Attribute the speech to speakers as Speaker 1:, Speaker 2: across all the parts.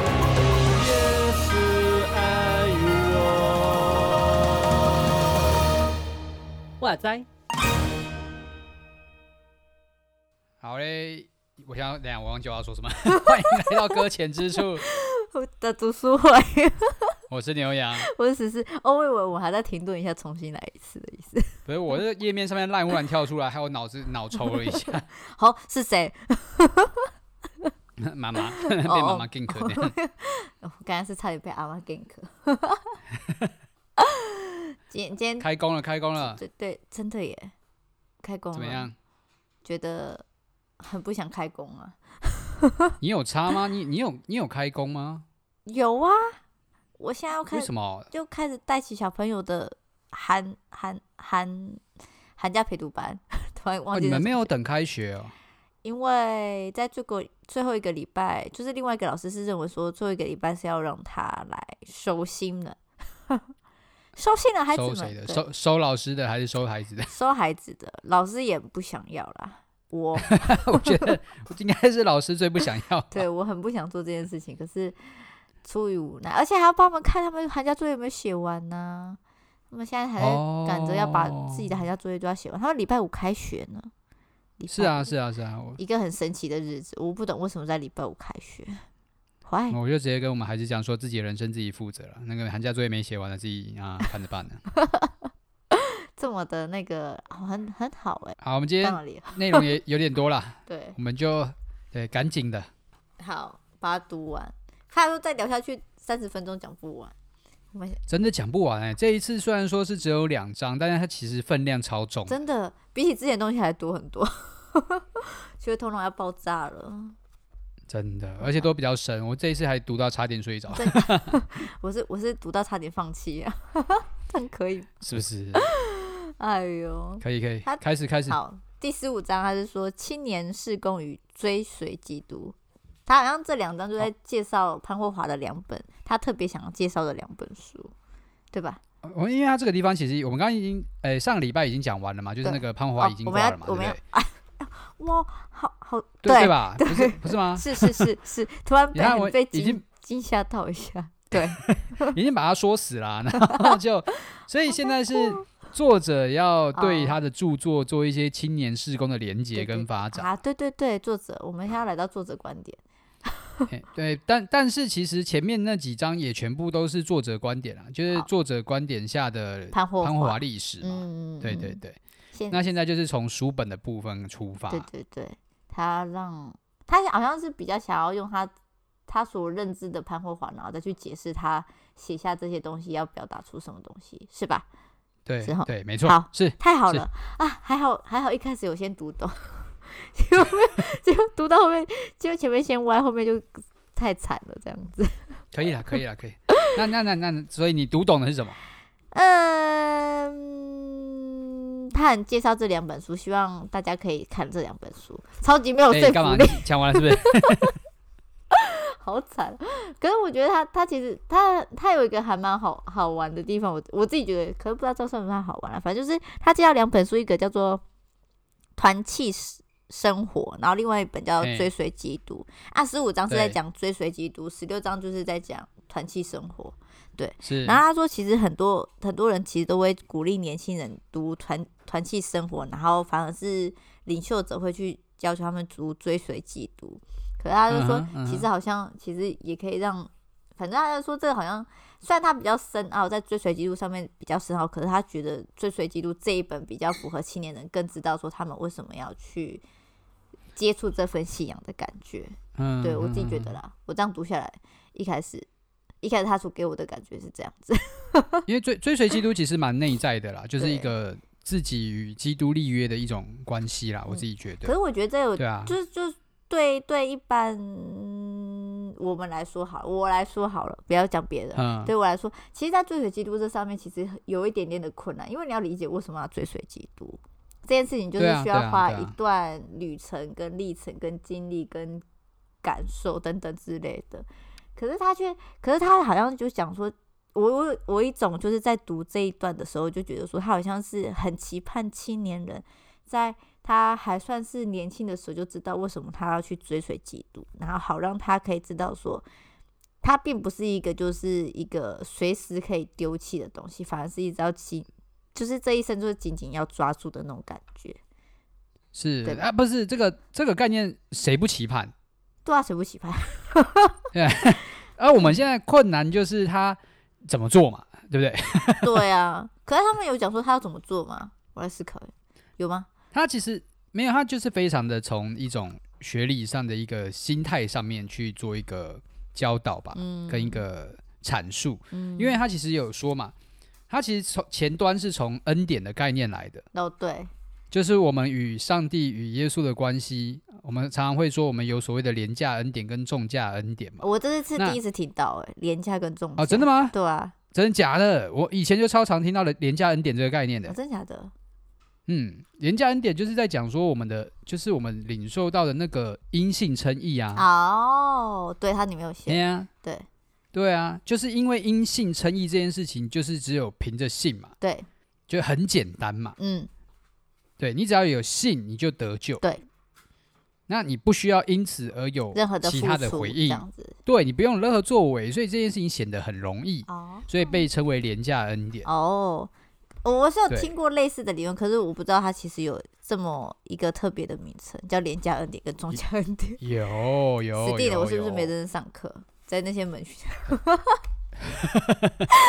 Speaker 1: 也是爱我。哇塞！
Speaker 2: 好嘞，我想等一下我忘记我要说什么， 欢迎来到搁浅之处，
Speaker 3: 我的读书会，
Speaker 2: 我是牛羊。
Speaker 3: 我只是哦，我以为我还在停顿一下，重新来一次的意思。
Speaker 2: 不是我这页面上面烂忽然跳出来，还有脑子脑抽了一下，
Speaker 3: 好，是谁？
Speaker 2: 妈妈被妈妈 gank 掉。
Speaker 3: 哦我刚才是差点被阿妈 gank。今天今天
Speaker 2: 开工了，开工了，
Speaker 3: 对对，真的耶，开工了，
Speaker 2: 怎么？样？
Speaker 3: 觉得很不想开工啊。
Speaker 2: 你有差吗？你你有你有开工吗？
Speaker 3: 有啊，我现在要开
Speaker 2: 为什么？
Speaker 3: 就开始带起小朋友的寒寒寒寒假陪读班，突然
Speaker 2: 哦，
Speaker 3: 忘
Speaker 2: 你
Speaker 3: 记了、
Speaker 2: 们没有等开学哦。
Speaker 3: 因为在最后最后一个礼拜，就是另外一个老师是认为说，最后一个礼拜是要让他来收心的，收心的孩子
Speaker 2: 收
Speaker 3: 们，
Speaker 2: 谁的？
Speaker 3: 对
Speaker 2: 收收老师的还是收孩子的？
Speaker 3: 收孩子的老师也不想要啦。我
Speaker 2: 我觉得 应该是老师最不想要。
Speaker 3: 对我很不想做这件事情，可是出于无奈，而且还要帮他们看他们寒假作业有没有写完呢、他们现在还在
Speaker 2: 哦
Speaker 3: 赶着要把自己的寒假作业都要写完，他们礼拜五开学呢。礼拜
Speaker 2: 是啊，
Speaker 3: 五
Speaker 2: 是啊，是啊，我
Speaker 3: 一个很神奇的日子，我不懂为什么在礼拜五开学。坏，
Speaker 2: 哦我就直接跟我们孩子讲说，自己的人生自己负责了。那个寒假作业没写完的，自己啊看着办呢。
Speaker 3: 这么的那个哦很很好哎、
Speaker 2: 好，我们今
Speaker 3: 到
Speaker 2: 天
Speaker 3: 哪里？
Speaker 2: 内容也有点多啦，
Speaker 3: 对，
Speaker 2: 我们就对赶紧的。
Speaker 3: 好，把它读完。怕说再聊下去三十分钟讲不完，我们
Speaker 2: 真的讲不完哎、这一次虽然说是只有两章，但是它其实分量超重。
Speaker 3: 真的比起之前东西还多很多，觉得头脑要爆炸了。
Speaker 2: 真的，而且都比较深。我这一次还读到差点睡着，
Speaker 3: 我是我是读到差点放弃啊， 但可以，
Speaker 2: 是不是？
Speaker 3: 哎呦，
Speaker 2: 可以可以
Speaker 3: 他，
Speaker 2: 开始开始。
Speaker 3: 好，第十五章他是说青年事工与追随基督，他好像这两章就在介绍潘霍华的两本他特别想要介绍的两本书，对吧？
Speaker 2: 我因为它这个地方其实我们刚刚已经，哎、上个礼拜已经讲完了嘛，就是那个潘华
Speaker 3: 哦
Speaker 2: 已经
Speaker 3: 我们
Speaker 2: 挂
Speaker 3: 要
Speaker 2: 了嘛，
Speaker 3: 我
Speaker 2: 对不
Speaker 3: 们要
Speaker 2: 对？
Speaker 3: 哇，好好，
Speaker 2: 对对吧？不是不是吗？
Speaker 3: 是是是是，突然
Speaker 2: 你
Speaker 3: 被
Speaker 2: 看我
Speaker 3: 很被
Speaker 2: 已
Speaker 3: 惊
Speaker 2: 经啊
Speaker 3: 惊吓到一下，对，
Speaker 2: 已经把他说死了， 然后就，所以现在是作者要对他的著作做一些青年事工的连
Speaker 3: 对
Speaker 2: 接
Speaker 3: 对
Speaker 2: 跟发展。
Speaker 3: 啊，对对对，作者，我们现在要来到作者观点，
Speaker 2: 嘿对，但但是其实前面那几章也全部都是作者观点啊，就是
Speaker 3: 好
Speaker 2: 作者观点下的
Speaker 3: 潘霍
Speaker 2: 潘
Speaker 3: 华
Speaker 2: 华，历史嘛。
Speaker 3: 嗯，
Speaker 2: 对对
Speaker 3: 嗯，
Speaker 2: 对，
Speaker 3: 现
Speaker 2: 那现在就是从书本的部分出发。
Speaker 3: 对对对，他让他好像是比较想要用他他所认知的潘霍华，然后再去解释他写下这些东西要表达出什么东西，是吧？
Speaker 2: 对
Speaker 3: 之后
Speaker 2: 对，没错
Speaker 3: 好，
Speaker 2: 是
Speaker 3: 太好
Speaker 2: 是
Speaker 3: 了啊，还好还好，一开始有先读懂， 结果没有结果读到后面，结果前面先歪，后面就太惨了，这样子。
Speaker 2: 可 以了，可以了，可以。那那那那，所以你读懂的是什么？
Speaker 3: 嗯，他很介绍这两本书，希望大家可以看这两本书，超级没有
Speaker 2: 哎，
Speaker 3: 哦说
Speaker 2: 干
Speaker 3: 服
Speaker 2: 嘛？
Speaker 3: 力
Speaker 2: 你。讲完了是不是？
Speaker 3: 好惨。可是我觉得他他其实他他有一个还蛮好好玩的地方，我我自己觉得，可是不知道这算不算好玩啊。反正就是他介绍两本书，一个叫做《团契生活》，然后另外一本叫
Speaker 2: 哎
Speaker 3: 《追随基督》。二十五章是在
Speaker 2: 对
Speaker 3: 讲追随基督，十六章就是在讲团契生活。
Speaker 2: 是
Speaker 3: 然后他说，其实很多很多人其实都会鼓励年轻人读团团契生活，然后反而是领袖者会去要求他们读追随基督。可是他就说
Speaker 2: 嗯哼嗯哼
Speaker 3: 其实好像其实也可以让，反正他就说这个好像虽然他比较深奥，在追随基督上面比较深奥，可是他觉得追随基督这一本比较符合青年人，更知道说他们为什么要去接触这份信仰的感觉。
Speaker 2: 嗯
Speaker 3: 对我自己觉
Speaker 2: 嗯
Speaker 3: 得啦，我这样读下来，一开始一开始他所给我的感觉是这样子。
Speaker 2: 因为追追随基督其实蛮内在的 啦，就是
Speaker 3: 对
Speaker 2: 一个自己与基督立约的一种关系啦，我自己觉
Speaker 3: 可
Speaker 2: 得。
Speaker 3: 是我觉得这有，
Speaker 2: 对啊，
Speaker 3: 嗯就是就是对对一般嗯我们来说好了，我来说好了，不要讲别人。
Speaker 2: 嗯，
Speaker 3: 对我来说，其实，在追随基督这上面，其实有一点点的困难，因为你要理解为什么要追随基督这件事情，就是
Speaker 2: 对啊
Speaker 3: 需
Speaker 2: 对
Speaker 3: 要
Speaker 2: 啊
Speaker 3: 花
Speaker 2: 对啊
Speaker 3: 一段旅程、跟历程、跟经历、跟感受等等之类的。可是他却，可是他好像就讲说，我我我一种就是在读这一段的时候，就觉得说他好像是很期盼青年人在他还算是年轻的时候就知道为什么他要去追随基督，然后好让他可以知道说，他并不是一个就是一个随时可以丢弃的东西，反而是一直要紧，就是这一生就是紧紧要抓住的那种感觉。
Speaker 2: 是
Speaker 3: 对吧
Speaker 2: 啊，不是这个这个概念谁不期盼？
Speaker 3: 对啊，谁不喜欢？
Speaker 2: 而啊我们现在困难就是他怎么做嘛，对不 对？
Speaker 3: 对啊，可是他们有讲说他要怎么做吗？我来思考，有吗？
Speaker 2: 他其实没有，他就是非常的从一种学理上的一个心态上面去做一个教导吧，
Speaker 3: 嗯，
Speaker 2: 跟一个阐述，
Speaker 3: 嗯，
Speaker 2: 因为他其实有说嘛，他其实从前端是从恩典的概念来的。
Speaker 3: 哦对，
Speaker 2: 就是我们与上帝与耶稣的关系，我们常常会说我们有所谓的廉价恩典跟重价恩典嘛。
Speaker 3: 我这次
Speaker 2: 那
Speaker 3: 第一次听到、哎，廉价跟重
Speaker 2: 哦，真的
Speaker 3: 吗？
Speaker 2: 吗？
Speaker 3: 对啊，
Speaker 2: 真的假的？我以前就超常听到的廉价恩典这个概念
Speaker 3: 哦
Speaker 2: 的。
Speaker 3: 真假的？
Speaker 2: 嗯，廉价恩典就是在讲说我们的，就是我们领受到的那个因信称义啊。
Speaker 3: 哦，对，它里面有
Speaker 2: 对
Speaker 3: 写，
Speaker 2: 啊，
Speaker 3: 对
Speaker 2: 对啊，就是因为因信称义这件事情，就是只有凭着信嘛，
Speaker 3: 对，
Speaker 2: 就很简单嘛。
Speaker 3: 嗯，
Speaker 2: 对你只要有信，你就得救。
Speaker 3: 对，
Speaker 2: 那你不需要因此而有
Speaker 3: 任何的
Speaker 2: 其
Speaker 3: 付
Speaker 2: 他的
Speaker 3: 出
Speaker 2: 回
Speaker 3: 这
Speaker 2: 应，
Speaker 3: 样子，
Speaker 2: 对你不用有任何作为，所以这件事情显得很容易，
Speaker 3: 哦
Speaker 2: 所以被称为廉价恩典。
Speaker 3: 哦。我我是有
Speaker 2: 对
Speaker 3: 听过类似的理论，可是我不知道它其实有这么一个特别的名称，叫廉价恩典跟中价恩典。
Speaker 2: 有有
Speaker 3: 死定了，
Speaker 2: 有
Speaker 3: 我是不是
Speaker 2: 有
Speaker 3: 没认真上课？在那些门学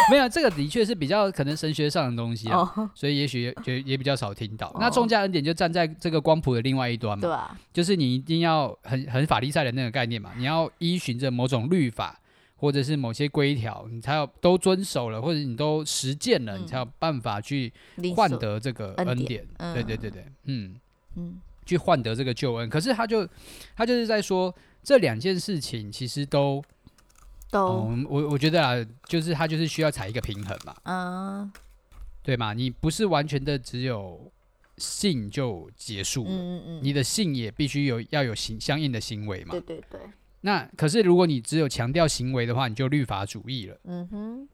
Speaker 2: 没有，这个的确是比较可能神学上的东西啊，
Speaker 3: 哦，
Speaker 2: 所以也许也也也比较少听到
Speaker 3: 哦。
Speaker 2: 那重价恩典就站在这个光谱的另外一端
Speaker 3: 对
Speaker 2: 嘛，
Speaker 3: 啊，
Speaker 2: 就是你一定要很很法利赛人那个概念嘛，你要依循着某种律法或者是某些规条，你才有都遵守了，或者你都实践了，
Speaker 3: 嗯
Speaker 2: 你才有办法去
Speaker 3: 领
Speaker 2: 换
Speaker 3: 受，
Speaker 2: 得这个
Speaker 3: 恩
Speaker 2: 恩
Speaker 3: 典
Speaker 2: 典。
Speaker 3: 嗯
Speaker 2: 对对对对，嗯。
Speaker 3: 嗯，
Speaker 2: 去换得这个救恩。可是他就他就是在说这两件事情其实都，
Speaker 3: 都，
Speaker 2: 嗯，我我觉得啊，就是他就是需要踩一个平衡嘛，
Speaker 3: 嗯
Speaker 2: 对吗？你不是完全的只有信就结束
Speaker 3: 嗯
Speaker 2: 了。
Speaker 3: 嗯嗯，
Speaker 2: 你的信也必须有要有行相应的行为嘛
Speaker 3: 对？对对，
Speaker 2: 那可是如果你只有强调行为的话，你就律法主义了。
Speaker 3: 嗯哼，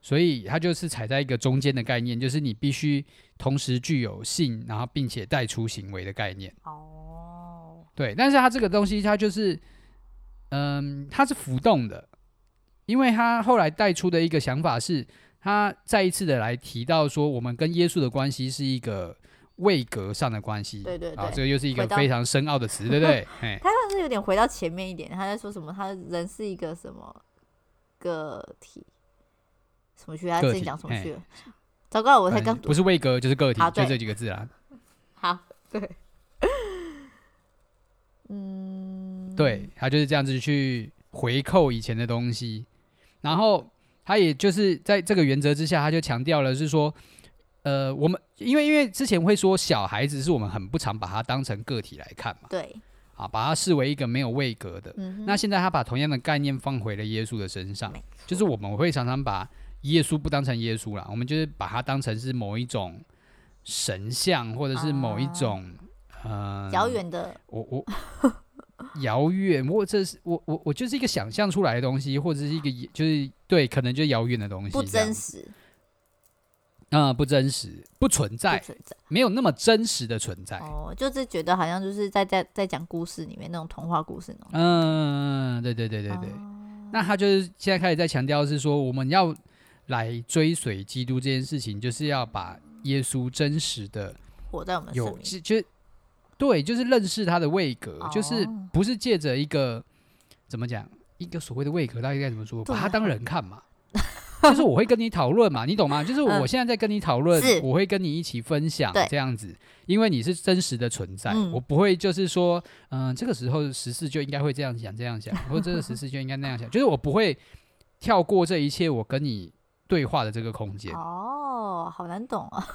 Speaker 2: 所以它就是踩在一个中间的概念，就是你必须同时具有信，然后并且带出行为的概念。
Speaker 3: 哦，
Speaker 2: 对，但是它这个东西，它就是，嗯，它是浮动的，因为他后来带出的一个想法是，他再一次的来提到说，我们跟耶稣的关系是一个位格上的关系。
Speaker 3: 对对
Speaker 2: 啊，
Speaker 3: 对
Speaker 2: 这个又是一个
Speaker 3: 回到
Speaker 2: 非常深奥的词，对不 对？哎，
Speaker 3: 他倒是有点回到前面一点，他在说什么？他人是一个什么个体？什么去？他
Speaker 2: 个
Speaker 3: 之前
Speaker 2: 体
Speaker 3: 讲什么
Speaker 2: 哎
Speaker 3: 去了？糟糕，我才
Speaker 2: 嗯
Speaker 3: 刚读
Speaker 2: 不是位格就是个体
Speaker 3: 啊，
Speaker 2: 就
Speaker 3: 对
Speaker 2: 这几个字啦。
Speaker 3: 好，对，嗯，
Speaker 2: 对，他就是这样子去回扣以前的东西，然后他也就是在这个原则之下，他就强调了是说，呃，我们因为因为之前会说小孩子是我们很不常把他当成个体来看嘛，
Speaker 3: 对，
Speaker 2: 啊，把他视为一个没有位格的。
Speaker 3: 嗯哼，
Speaker 2: 那现在他把同样的概念放回了耶稣的身上
Speaker 3: 没，
Speaker 2: 就是我们会常常把耶稣不当成耶稣啦，我们就是把他当成是某一种神像，或者是某一
Speaker 3: 啊
Speaker 2: 种、呃
Speaker 3: 遥远的，
Speaker 2: 我我遥远，我这是我我我就是一个想象出来的东西，或者是一个就是对，可能就遥远的东西，
Speaker 3: 不真
Speaker 2: 实，
Speaker 3: 实，
Speaker 2: 嗯，不真实，不存
Speaker 3: 不
Speaker 2: 在，
Speaker 3: 存在。
Speaker 2: 没有那么真实的存在。
Speaker 3: 哦，就是觉得好像就是在在在讲故事里面那种童话故事那种。
Speaker 2: 嗯，对对对对对。
Speaker 3: 哦
Speaker 2: 那他就是现在开始在强调是说，我们要来追随基督这件事情，就是要把耶稣真实的
Speaker 3: 活在我们生
Speaker 2: 有
Speaker 3: 命，
Speaker 2: 就就对，就是认识他的位格，就是
Speaker 3: 哦
Speaker 2: 不是借着一个怎么讲一个所谓的位格，大家该怎么说？
Speaker 3: 对
Speaker 2: 把它
Speaker 3: 啊
Speaker 2: 当人看嘛， 就是我会跟你讨论嘛，你懂吗？就是
Speaker 3: 嗯
Speaker 2: 我现在在跟你讨论
Speaker 3: 是，
Speaker 2: 我会跟你一起分享
Speaker 3: 对
Speaker 2: 这样子，因为你是真实的存在，
Speaker 3: 嗯
Speaker 2: 我不会就是说，嗯、这个时候十四就应该会这样想这样想，或者这个十四就应该那样想，就是 我不会跳过这一切我跟你对话的这个空间。
Speaker 3: 哦，好难懂啊！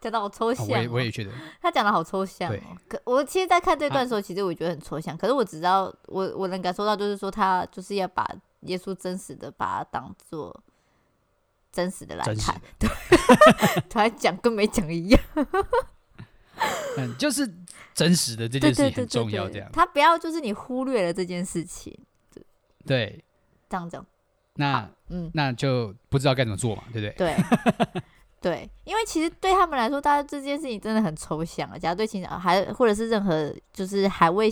Speaker 3: 讲的好抽
Speaker 2: 啊
Speaker 3: 象、哦
Speaker 2: 我也我也觉得，
Speaker 3: 他讲的好抽象
Speaker 2: 对
Speaker 3: 哦。可我其实，在看这段的时候，其实我觉得很抽象。可是我只知道，我我能感受到，就是说他就是要把耶稣真实的把它当做真实的来
Speaker 2: 真实
Speaker 3: 看，突然讲跟没讲一样。
Speaker 2: 嗯，就是真实的这
Speaker 3: 对
Speaker 2: 件事
Speaker 3: 对
Speaker 2: 情
Speaker 3: 对
Speaker 2: 很
Speaker 3: 对
Speaker 2: 重要，这
Speaker 3: 对
Speaker 2: 样，
Speaker 3: 他不要就是你忽略了这个这件事情，
Speaker 2: 对。
Speaker 3: 这样讲
Speaker 2: 那
Speaker 3: 嗯，
Speaker 2: 那就不知道该怎么做嘛，对不对？
Speaker 3: 对 对，因为其实对他们来说，大家这件事情真的很抽象啊。假如对情人还或者是任何就是还未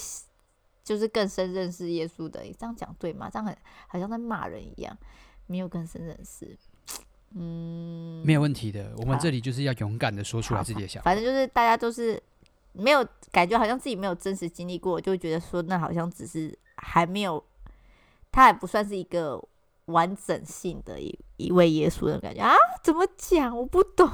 Speaker 3: 就是更深认识耶稣的，这样讲对吗？这样很好像在骂人一样，没有更深认识。嗯，
Speaker 2: 没有问题的，我们
Speaker 3: 好
Speaker 2: 这里就是要勇敢的说出来自己的想法。
Speaker 3: 反正就是大家都是没有感觉，好像自己没有真实经历过，就会觉得说那好像只是还没有，他还不算是一个完整性的一一位耶稣的感觉啊？怎么讲？我不懂。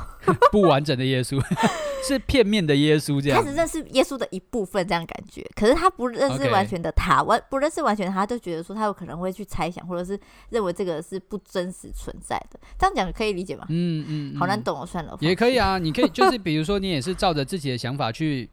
Speaker 2: 不完整的耶稣 是片面的耶稣，这
Speaker 3: 他
Speaker 2: 样
Speaker 3: 只认识耶稣的一部分，这样感觉。可是他不认识
Speaker 2: OK
Speaker 3: 完全的他，完不认识完全的他，就觉得说他有可能会去猜想，或者是认为这个是不真实存在的。这样讲可以理解吗？
Speaker 2: 嗯嗯，嗯
Speaker 3: 好难，懂哦，算了。
Speaker 2: 也可以
Speaker 3: 啊。
Speaker 2: 啊，你可以就是比如说，你也是照着自己的想法去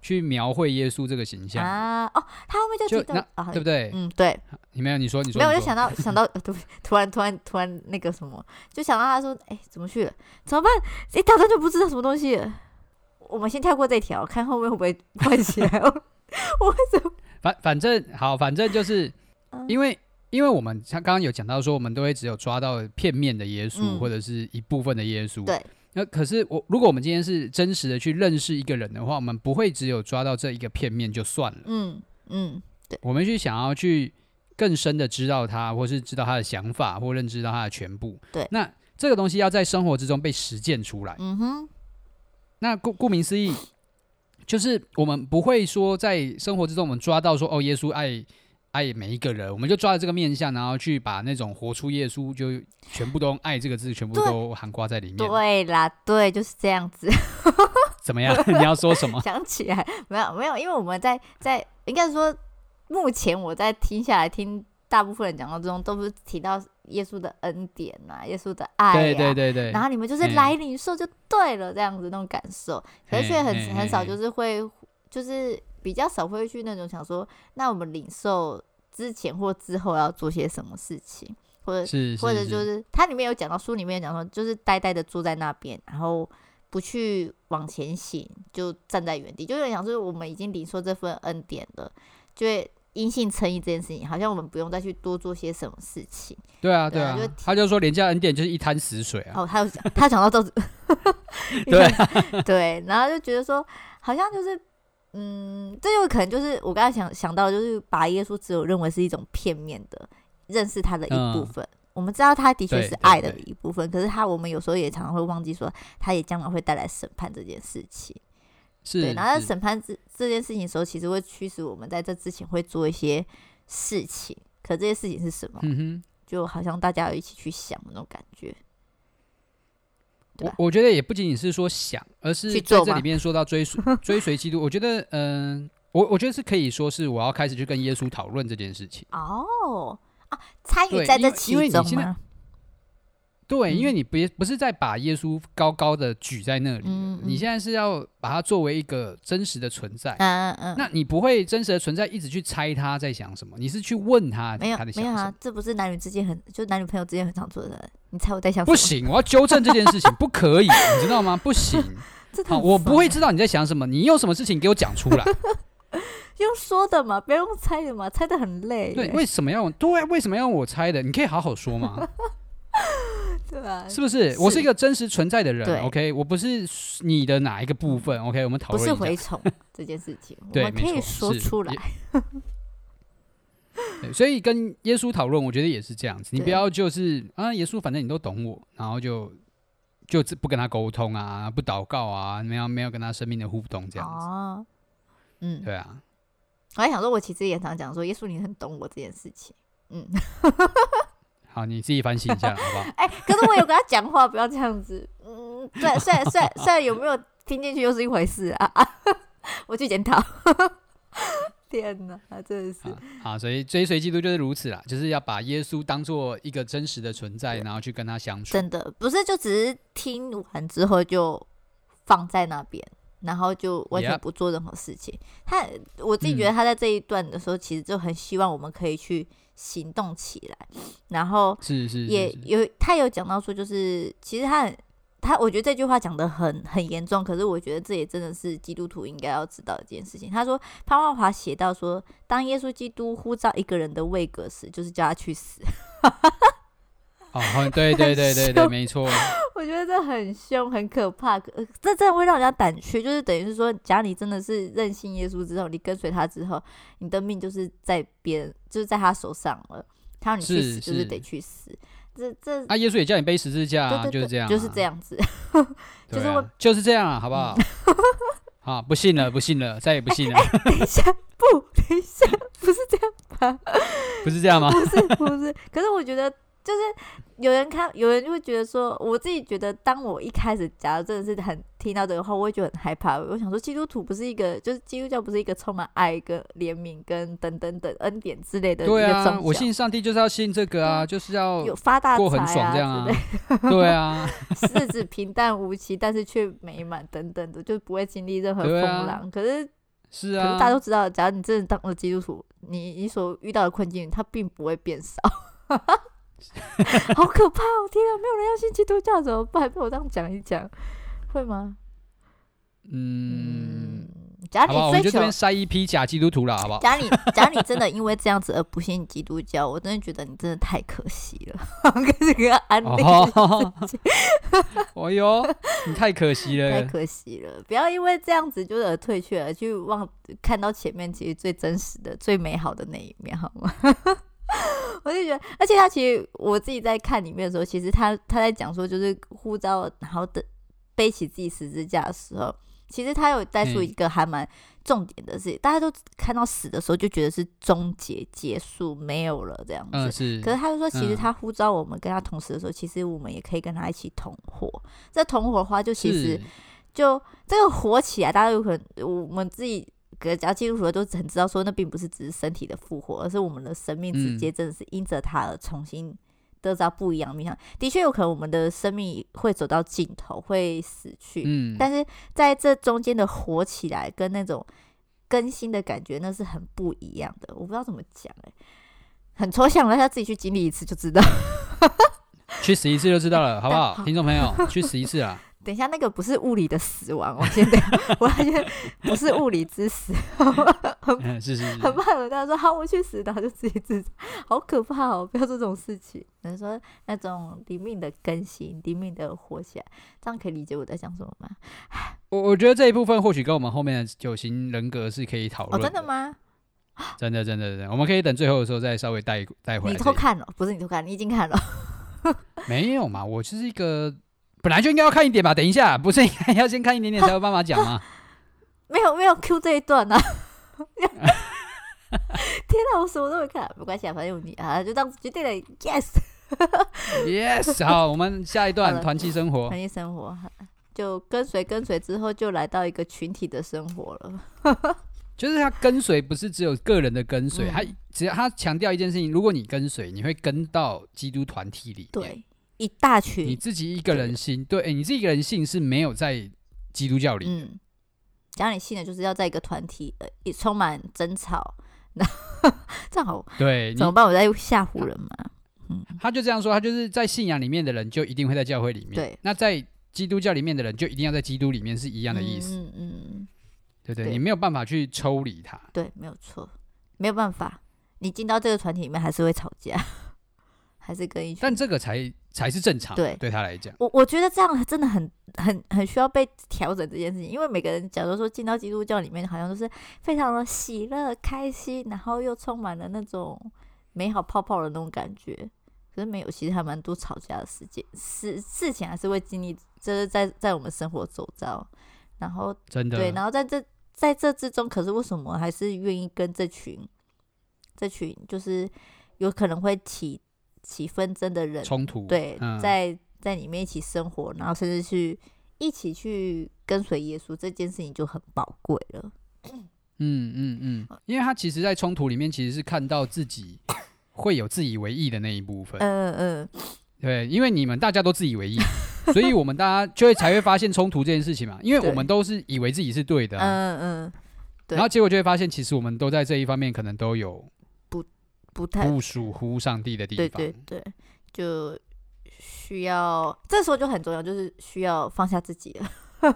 Speaker 2: 去描绘耶稣这个形象，
Speaker 3: 啊，哦，他后面就
Speaker 2: 就
Speaker 3: 提到
Speaker 2: 那
Speaker 3: 啊，
Speaker 2: 对不对？
Speaker 3: 嗯，对，
Speaker 2: 你没有，你说你说，
Speaker 3: 没有，我
Speaker 2: 你
Speaker 3: 就
Speaker 2: 说
Speaker 3: 想到想到，呃对不起，突然突然突然那个什么，就想到他说，哎，怎么去了？怎么办？一打断就不知道什么东西了。我们先跳过这条，看后面会不会关起来 哦。我怎么？
Speaker 2: 反反正好，反正就是
Speaker 3: 嗯
Speaker 2: 因为因为我们像刚刚有讲到说，我们都会只有抓到片面的耶稣、
Speaker 3: 嗯
Speaker 2: 或者是一部分的耶稣。
Speaker 3: 对。
Speaker 2: 那可是我，如果我们今天是真实的去认识一个人的话，我们不会只有抓到这一个片面就算了，
Speaker 3: 嗯嗯，
Speaker 2: 我们去想要去更深的知道他，或是知道他的想法，或认知到他的全部。
Speaker 3: 对
Speaker 2: 那这个东西要在生活之中被实践出来。
Speaker 3: 嗯哼，
Speaker 2: 那顾顾名思义，就是我们不会说在生活之中我们抓到说哦，耶稣爱爱每一个人，我们就抓着这个面相，然后去把那种活出耶稣就全部都用“爱”这个字全部
Speaker 3: 对
Speaker 2: 都含挂在里面。
Speaker 3: 对啦，对，就是这样子。
Speaker 2: 怎么样？ 你要说什么？
Speaker 3: 想起来没有没有，因为我们在在应该说，目前我在听下来听大部分人讲到中，都不是提到耶稣的恩典呐、耶稣的爱、啊，
Speaker 2: 对对对对
Speaker 3: 然，后你们就是
Speaker 2: 嗯
Speaker 3: 来领受就对了，这样子那种感受，可是却很
Speaker 2: 嗯嗯嗯
Speaker 3: 很少，
Speaker 2: 嗯
Speaker 3: 就是会就是比较少会去那种想说，那我们领受之前或之后要做些什么事情，或者
Speaker 2: 是是
Speaker 3: 或者就是是它里面有讲到，书里面有讲到，就是呆呆的坐在那边，然后不去往前行，就站在原地，就是想说我们已经领受这份恩典了，就会因信称义这件事情，好像我们不用再去多做些什么事情。
Speaker 2: 对啊对
Speaker 3: 对啊
Speaker 2: 啊
Speaker 3: 就，
Speaker 2: 他就说廉价恩典就是一滩死水啊。
Speaker 3: 哦，他有讲， 他讲到 这种
Speaker 2: 对啊
Speaker 3: 对，然后就觉得说，好像就是，嗯，这就可能就是我刚才想想到，就是把耶稣只有认为是一种片面的认识他的一部
Speaker 2: 嗯
Speaker 3: 分。我们知道他的确
Speaker 2: 对
Speaker 3: 是
Speaker 2: 对
Speaker 3: 爱的
Speaker 2: 对
Speaker 3: 一部分，可是他我们有时候也常常会忘记说，他也将来会带来审判这件事情。
Speaker 2: 是
Speaker 3: 对，然后在
Speaker 2: 是
Speaker 3: 审判这这件事情的时候，其实会驱使我们在这之前会做一些事情，可这些事情是什么，
Speaker 2: 嗯哼。
Speaker 3: 就好像大家要一起去想的那种感觉。对
Speaker 2: 我
Speaker 3: 吧
Speaker 2: 我觉得也不仅仅是说想，而是
Speaker 3: 去
Speaker 2: 在
Speaker 3: 做
Speaker 2: 这
Speaker 3: 吗
Speaker 2: 里面说到追 随追随基督，我觉得，嗯、我我觉得是可以说是我要开始去跟耶稣讨论这件事情。
Speaker 3: 哦啊，参与
Speaker 2: 对
Speaker 3: 在
Speaker 2: 因
Speaker 3: 这
Speaker 2: 为
Speaker 3: 其
Speaker 2: 因为你
Speaker 3: 中
Speaker 2: 现在
Speaker 3: 吗？
Speaker 2: 对，因为
Speaker 3: 嗯
Speaker 2: 你别不是在把耶稣高高的举在那里了，
Speaker 3: 嗯嗯
Speaker 2: 你现在是要把它作为一个真实的存在。
Speaker 3: 嗯嗯嗯，
Speaker 2: 那你不会真实的存在一直去猜他在想什么，你是去问他
Speaker 3: 没有
Speaker 2: 他在想
Speaker 3: 没有
Speaker 2: 什么。
Speaker 3: 啊，这不是男女之间很，就男女朋友之间很常做的。你猜我在想什
Speaker 2: 不
Speaker 3: 么？
Speaker 2: 行，我要纠正这件事情，不可以，你知道吗？不行，
Speaker 3: 真的
Speaker 2: 好，
Speaker 3: 很
Speaker 2: 我不会
Speaker 3: 烦
Speaker 2: 知道你在想什么，你有什么事情给我讲出来。
Speaker 3: 用说的嘛，不要用猜的嘛，猜的很累耶。
Speaker 2: 对，为什么要我对啊？为什么要我猜的？你可以好好说 嘛，
Speaker 3: 对啊，
Speaker 2: 是不是？我
Speaker 3: 是
Speaker 2: 是一个真实存在的
Speaker 3: 对嗯
Speaker 2: 人，OK，我不是你的哪一个部分，OK，我们讨
Speaker 3: 不
Speaker 2: 论
Speaker 3: 是
Speaker 2: 一下
Speaker 3: 蛔。 虫这件事情，我
Speaker 2: 对
Speaker 3: 们
Speaker 2: 没
Speaker 3: 可以
Speaker 2: 错
Speaker 3: 说
Speaker 2: 是
Speaker 3: 出来
Speaker 2: 也。对所以跟耶稣讨论，我觉得也是这样子，你
Speaker 3: 对
Speaker 2: 不要就是啊，耶稣反正你都懂我，然后就就不跟他沟通啊，不祷告啊，没有没有跟他生命的互动这样子，
Speaker 3: 哦，嗯，
Speaker 2: 对啊，
Speaker 3: 我还想说，我其实也常讲说，耶稣你很懂我这件事情。嗯，
Speaker 2: 好，你自己反省一 下好不好？
Speaker 3: 哎、可是我有跟他讲话，不要这样子。嗯，对，虽然虽然虽然有没有听进去又是一回事啊， 啊我去检讨。 天哪，真的是。
Speaker 2: 啊啊，所以追随基督就是如此啦，就是要把耶稣当做一个真实的存在，
Speaker 3: 对
Speaker 2: 然后去跟他相处。
Speaker 3: 真的不是就只是听完之后就放在那边，然后就完全
Speaker 2: Yep
Speaker 3: 不做任何事情。他我自己觉得
Speaker 2: 嗯
Speaker 3: 他在这一段的时候，其实就很希望我们可以去行动起来，然后
Speaker 2: 是是是
Speaker 3: 也
Speaker 2: 是
Speaker 3: 有他有讲到说，就是其实他很他，我觉得这句话讲的很很严重，可是我觉得这也真的是基督徒应该要知道的一件事情。他说潘万华写到说，当耶稣基督呼召一个人的位格时，就是叫他去死。
Speaker 2: 哦，很对对对对 对，
Speaker 3: 凶
Speaker 2: 没错，
Speaker 3: 我觉得这很凶，很可怕，可呃这真的会让人家胆怯。就是等于是说，假如你真的是任性耶稣之后，你跟随他之后，你的命就是在别人，就是在他手上了。他要你去
Speaker 2: 是
Speaker 3: 死，就是
Speaker 2: 是
Speaker 3: 得去死。这这，
Speaker 2: 啊，耶稣也叫你背十字架、啊，
Speaker 3: 对
Speaker 2: 就是
Speaker 3: 对对，
Speaker 2: 这样、啊，
Speaker 3: 就是这，样子。
Speaker 2: 对啊、
Speaker 3: 就是我
Speaker 2: 就是这样、啊，好不 好？啊，不信了，不信了，再也不信了，
Speaker 3: 等一下，不，等一下， 不是这样吧？
Speaker 2: 不是这样吗？
Speaker 3: 不是不是，可是我觉得就是有人看，有人就会觉得说，我自己觉得，当我一开始假如真的是很听到这个话，我会觉得很害怕。我想说，基督徒不是一个，就是基督教不是一个充满爱跟怜悯跟等等等恩典之类的一
Speaker 2: 对
Speaker 3: 个
Speaker 2: 啊，
Speaker 3: 宗
Speaker 2: 我
Speaker 3: 教。
Speaker 2: 信上帝就是要信这个啊，就是要
Speaker 3: 有发大财
Speaker 2: 过很爽这样
Speaker 3: 啊
Speaker 2: 啊
Speaker 3: 之类，
Speaker 2: 对啊，
Speaker 3: 日 子平淡无奇，但是却美满等等的，就不会经历任何风
Speaker 2: 对啊
Speaker 3: 浪。可是
Speaker 2: 是
Speaker 3: 可是
Speaker 2: 啊
Speaker 3: 大家，都知道，假如你真的当了基督徒，你你所遇到的困境，它并不会变少。 好可怕哦！天啊，没有人要信基督教怎么办？被我这样讲一讲，会吗？
Speaker 2: 嗯，，
Speaker 3: 假
Speaker 2: 好
Speaker 3: 如
Speaker 2: 不好？我
Speaker 3: 你
Speaker 2: 们
Speaker 3: 追
Speaker 2: 就这
Speaker 3: 求，
Speaker 2: 边筛一批假基督徒了，好不好？
Speaker 3: 假如你假如你真的因为这样子而不信基督教，我真的觉得你真的太可惜了。 跟这个安利，
Speaker 2: 哦，哦哟，你太可惜
Speaker 3: 太
Speaker 2: 了。
Speaker 3: 可惜了。不要因为这样子就是而退却，而去忘看到前面其实最真实的、最美好的那一面，好吗？ 我就觉得，而且他其实我自己在看里面的时候，其实他他在讲说，就是呼召，然后的背起自己十字架的时候，其实他有带出
Speaker 2: 嗯
Speaker 3: 一个还蛮重点的事情，大家都看到死的时候就觉得是终结、结束、没有了这样子。
Speaker 2: 嗯，是
Speaker 3: 可，是他就说，其实
Speaker 2: 嗯
Speaker 3: 他呼召我们跟他同时的时候，其实我们也可以跟他一起同伙。这同伙的话，就其实
Speaker 2: 是，
Speaker 3: 就这个火起来，大家有可能我们自己。可能只要基督徒都很知道，说那并不是只是身体的复活，而是我们的生命直
Speaker 2: 嗯
Speaker 3: 接真的是因着它而重新得到不一样的面向。的确，有可能我们的生命会走到尽头，会死去，
Speaker 2: 嗯，
Speaker 3: 但是在这中间的火起来跟那种更新的感觉，那是很不一样的。我不知道怎么讲、欸，很抽象了，他自己去经历一次就知道。
Speaker 2: 去死一次就知道了，好不
Speaker 3: 好
Speaker 2: 好？听众朋友，去死一次啊！
Speaker 3: 等一下，那个不是物理的死亡，我先等一 下，我要先不是物理 之死，
Speaker 2: 嗯， 是是是，
Speaker 3: 很怕有大家说好，我去死，然后就自己自杀，好可怕哦！不要做这种事情。能说那种灵命的更新，灵命的活起来，这样可以理解我在讲什么吗？
Speaker 2: 我我觉得这一部分或许跟我们后面的九型人格是可以讨
Speaker 3: 哦，
Speaker 2: 论。
Speaker 3: 真的？吗？
Speaker 2: 真的真的真的，我们可以等最后的时候再稍微带带回
Speaker 3: 你
Speaker 2: 来这
Speaker 3: 偷
Speaker 2: 一。
Speaker 3: 看了？哦不是你偷看，你已经看了。
Speaker 2: 没有嘛，我就是一个本来就应该要看一点吧。等一下，不是应该要先看一点点才有办法讲吗？
Speaker 3: 没有没有 Q 这一段啊！ 天哪，我什么都没看，没关系啊，反正有你啊，就这样子决定了。Yes，
Speaker 2: Yes，好，我们下一
Speaker 3: 好
Speaker 2: 段
Speaker 3: 了
Speaker 2: 团契生活
Speaker 3: 团。体生活就跟随跟随之后，就来到一个群体的生活了。
Speaker 2: 就是他跟随不是只有个人的跟随，
Speaker 3: 嗯
Speaker 2: 他只要他强调一件事情，如果你跟随，你会跟到基督团体里面。，
Speaker 3: 对，一
Speaker 2: 你
Speaker 3: 大群，
Speaker 2: 自己一个人信，对，诶你自己一个人信是没有在基督教里。
Speaker 3: 嗯，讲你信的就是要在一个团体，呃，也充满争吵。那 这样好
Speaker 2: 对，你
Speaker 3: 怎么办？我在吓唬人嘛？
Speaker 2: 他就这样说，他就是在信仰里面的人就一定会在教会里面。
Speaker 3: 对，
Speaker 2: 那在基督教里面的人就一定要在基督里面是一
Speaker 3: 这
Speaker 2: 样的意思，
Speaker 3: 嗯嗯嗯，
Speaker 2: 对不对？
Speaker 3: 对
Speaker 2: 你没有办法去抽离它。
Speaker 3: 对，没有错，没有办法，你进到这个团体里面还是会吵架， 还是跟一群
Speaker 2: 但这个才才是正常，
Speaker 3: 对
Speaker 2: 对他来讲，
Speaker 3: 我我觉得这样真的很很很需要被调整这件事情，因为每个人假如说进到基督教里面，好像都是非常的喜乐、开心，然后又充满了那种美好泡泡的那种感觉。可是没有，其实还蛮多吵架的事件，事事情还是会经历，这是在在我们生活周遭。然后
Speaker 2: 真的。
Speaker 3: 对，然后在这在这之中，可是为什么还是愿意跟这群这群就是有可能会起起纷争的人
Speaker 2: 冲突，
Speaker 3: 对，
Speaker 2: 嗯
Speaker 3: 在在里面一起生活，然后甚至去一起去跟随耶稣这件事情就很宝贵了。
Speaker 2: 嗯嗯嗯，因为他其实，在冲突里面其实是看到自己会有自以为意的那一部分，
Speaker 3: 嗯嗯，
Speaker 2: 对，因为你们大家都自以为意， 所以我们大家就会才会发现冲突这件事情嘛，因为
Speaker 3: 对
Speaker 2: 我们都是以为自己是对的、啊，
Speaker 3: 嗯嗯，对
Speaker 2: 然后结果就会发现，其实我们都在这一方面可能都有
Speaker 3: 不太
Speaker 2: 不属乎上帝的地
Speaker 3: 哎对
Speaker 2: 方，
Speaker 3: 对对，就需要这时候就很重要，就是需要放下自己了。